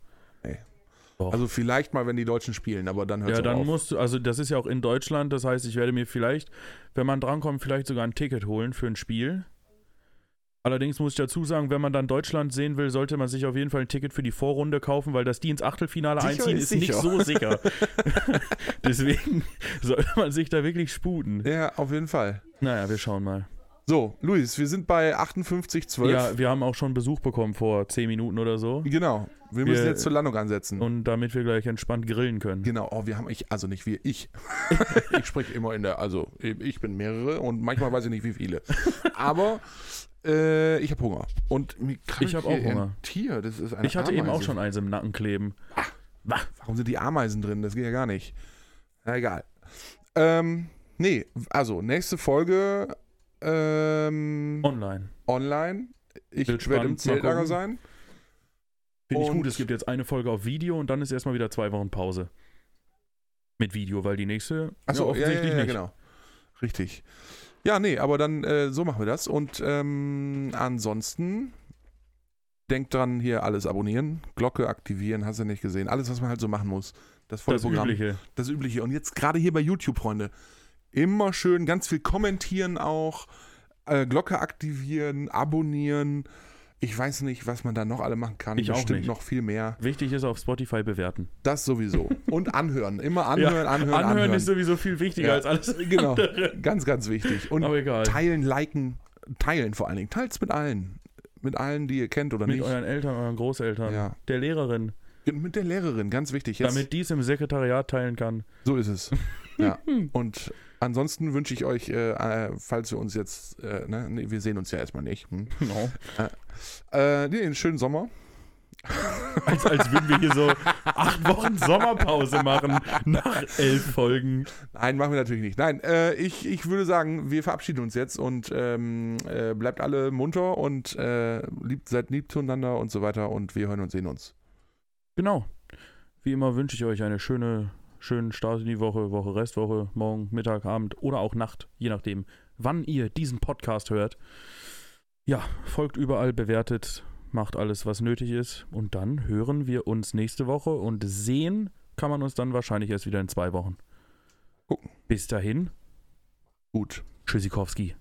Doch. Also vielleicht mal, wenn die Deutschen spielen, aber dann hört Ja, es dann auf. musst du, also das ist ja auch in Deutschland, das heißt, ich werde mir vielleicht, wenn man drankommt, vielleicht sogar ein Ticket holen für ein Spiel. Allerdings muss ich dazu sagen, wenn man dann Deutschland sehen will, sollte man sich auf jeden Fall ein Ticket für die Vorrunde kaufen, weil das die ins Achtelfinale Sicher einziehen ist, ist nicht sicher. (laughs) so sicher. (laughs) Deswegen sollte man sich da wirklich sputen. ja, auf jeden Fall. Naja, wir schauen mal. So, Luis, wir sind bei 58,12. Ja, wir haben auch schon Besuch bekommen vor 10 Minuten oder so. Genau. Wir müssen Wir- jetzt zur Landung ansetzen. Und damit wir gleich entspannt grillen können. Genau, oh, wir haben, ich, also nicht wir, (laughs) ich. ich spreche immer in der, also ich bin mehrere und manchmal weiß ich nicht, wie viele. Aber äh, ich habe Hunger. Und mir krabbelt Ich hab hier auch Hunger. Ein Tier, das ist eine Ich hatte Ameise. eben auch schon eins im Nacken kleben. Warum sind die Ameisen drin? Das geht ja gar nicht. Na egal. Ähm, nee, also nächste Folge ähm, Online. online. Ich Wird werde im spannend, mal Zeltlager gucken. sein. Finde ich Und- gut, es gibt jetzt eine Folge auf Video und dann ist erstmal wieder zwei Wochen Pause. Mit Video, weil die nächste Achso, ja, ja, ja, ja, nicht. genau. Richtig. Ja, nee, aber dann äh, so machen wir das. Und ähm, ansonsten denkt dran, hier alles abonnieren, Glocke aktivieren, hast du nicht gesehen. Alles, was man halt so machen muss. Das volle Das Programm. Übliche. Das Übliche. Und jetzt gerade hier bei YouTube, Freunde, immer schön ganz viel kommentieren auch, äh, Glocke aktivieren, abonnieren. Ich weiß nicht, was man da noch alle machen kann. Ich auch Bestimmt nicht. noch viel mehr. Wichtig ist auf Spotify bewerten. Das sowieso. Und anhören. Immer anhören, anhören, anhören. Anhören ist sowieso viel wichtiger Ja. als alles. (laughs) Genau, ganz, ganz wichtig. Und Aber egal. teilen, liken, teilen vor allen Dingen. Teilt's mit allen. Mit allen, die ihr kennt oder Mit nicht. euren Eltern, euren Großeltern, Ja. der Lehrerin, Mit der Lehrerin, ganz wichtig. Jetzt, damit die es im Sekretariat teilen kann. So ist es. (laughs) Ja. Und ansonsten wünsche ich euch, äh, äh, falls wir uns jetzt, äh, ne, nee, wir sehen uns ja erstmal nicht, hm? Genau. äh, nee, einen schönen Sommer. Als, als würden wir hier so acht Wochen Sommerpause machen nach elf Folgen. Nein, machen wir natürlich nicht. Nein, äh, ich, ich würde sagen, wir verabschieden uns jetzt und ähm, äh, bleibt alle munter und äh, liebt, seid lieb zueinander und so weiter und wir hören und sehen uns. Genau. Wie immer wünsche ich euch eine schöne, schönen Start in die Woche, Woche, Restwoche, morgen, Mittag, Abend oder auch Nacht, je nachdem, wann ihr diesen Podcast hört. Ja, folgt überall, bewertet, macht alles, was nötig ist und dann hören wir uns nächste Woche und sehen kann man uns dann wahrscheinlich erst wieder in zwei Wochen. Gucken. Bis dahin, Gut. Tschüssikowski.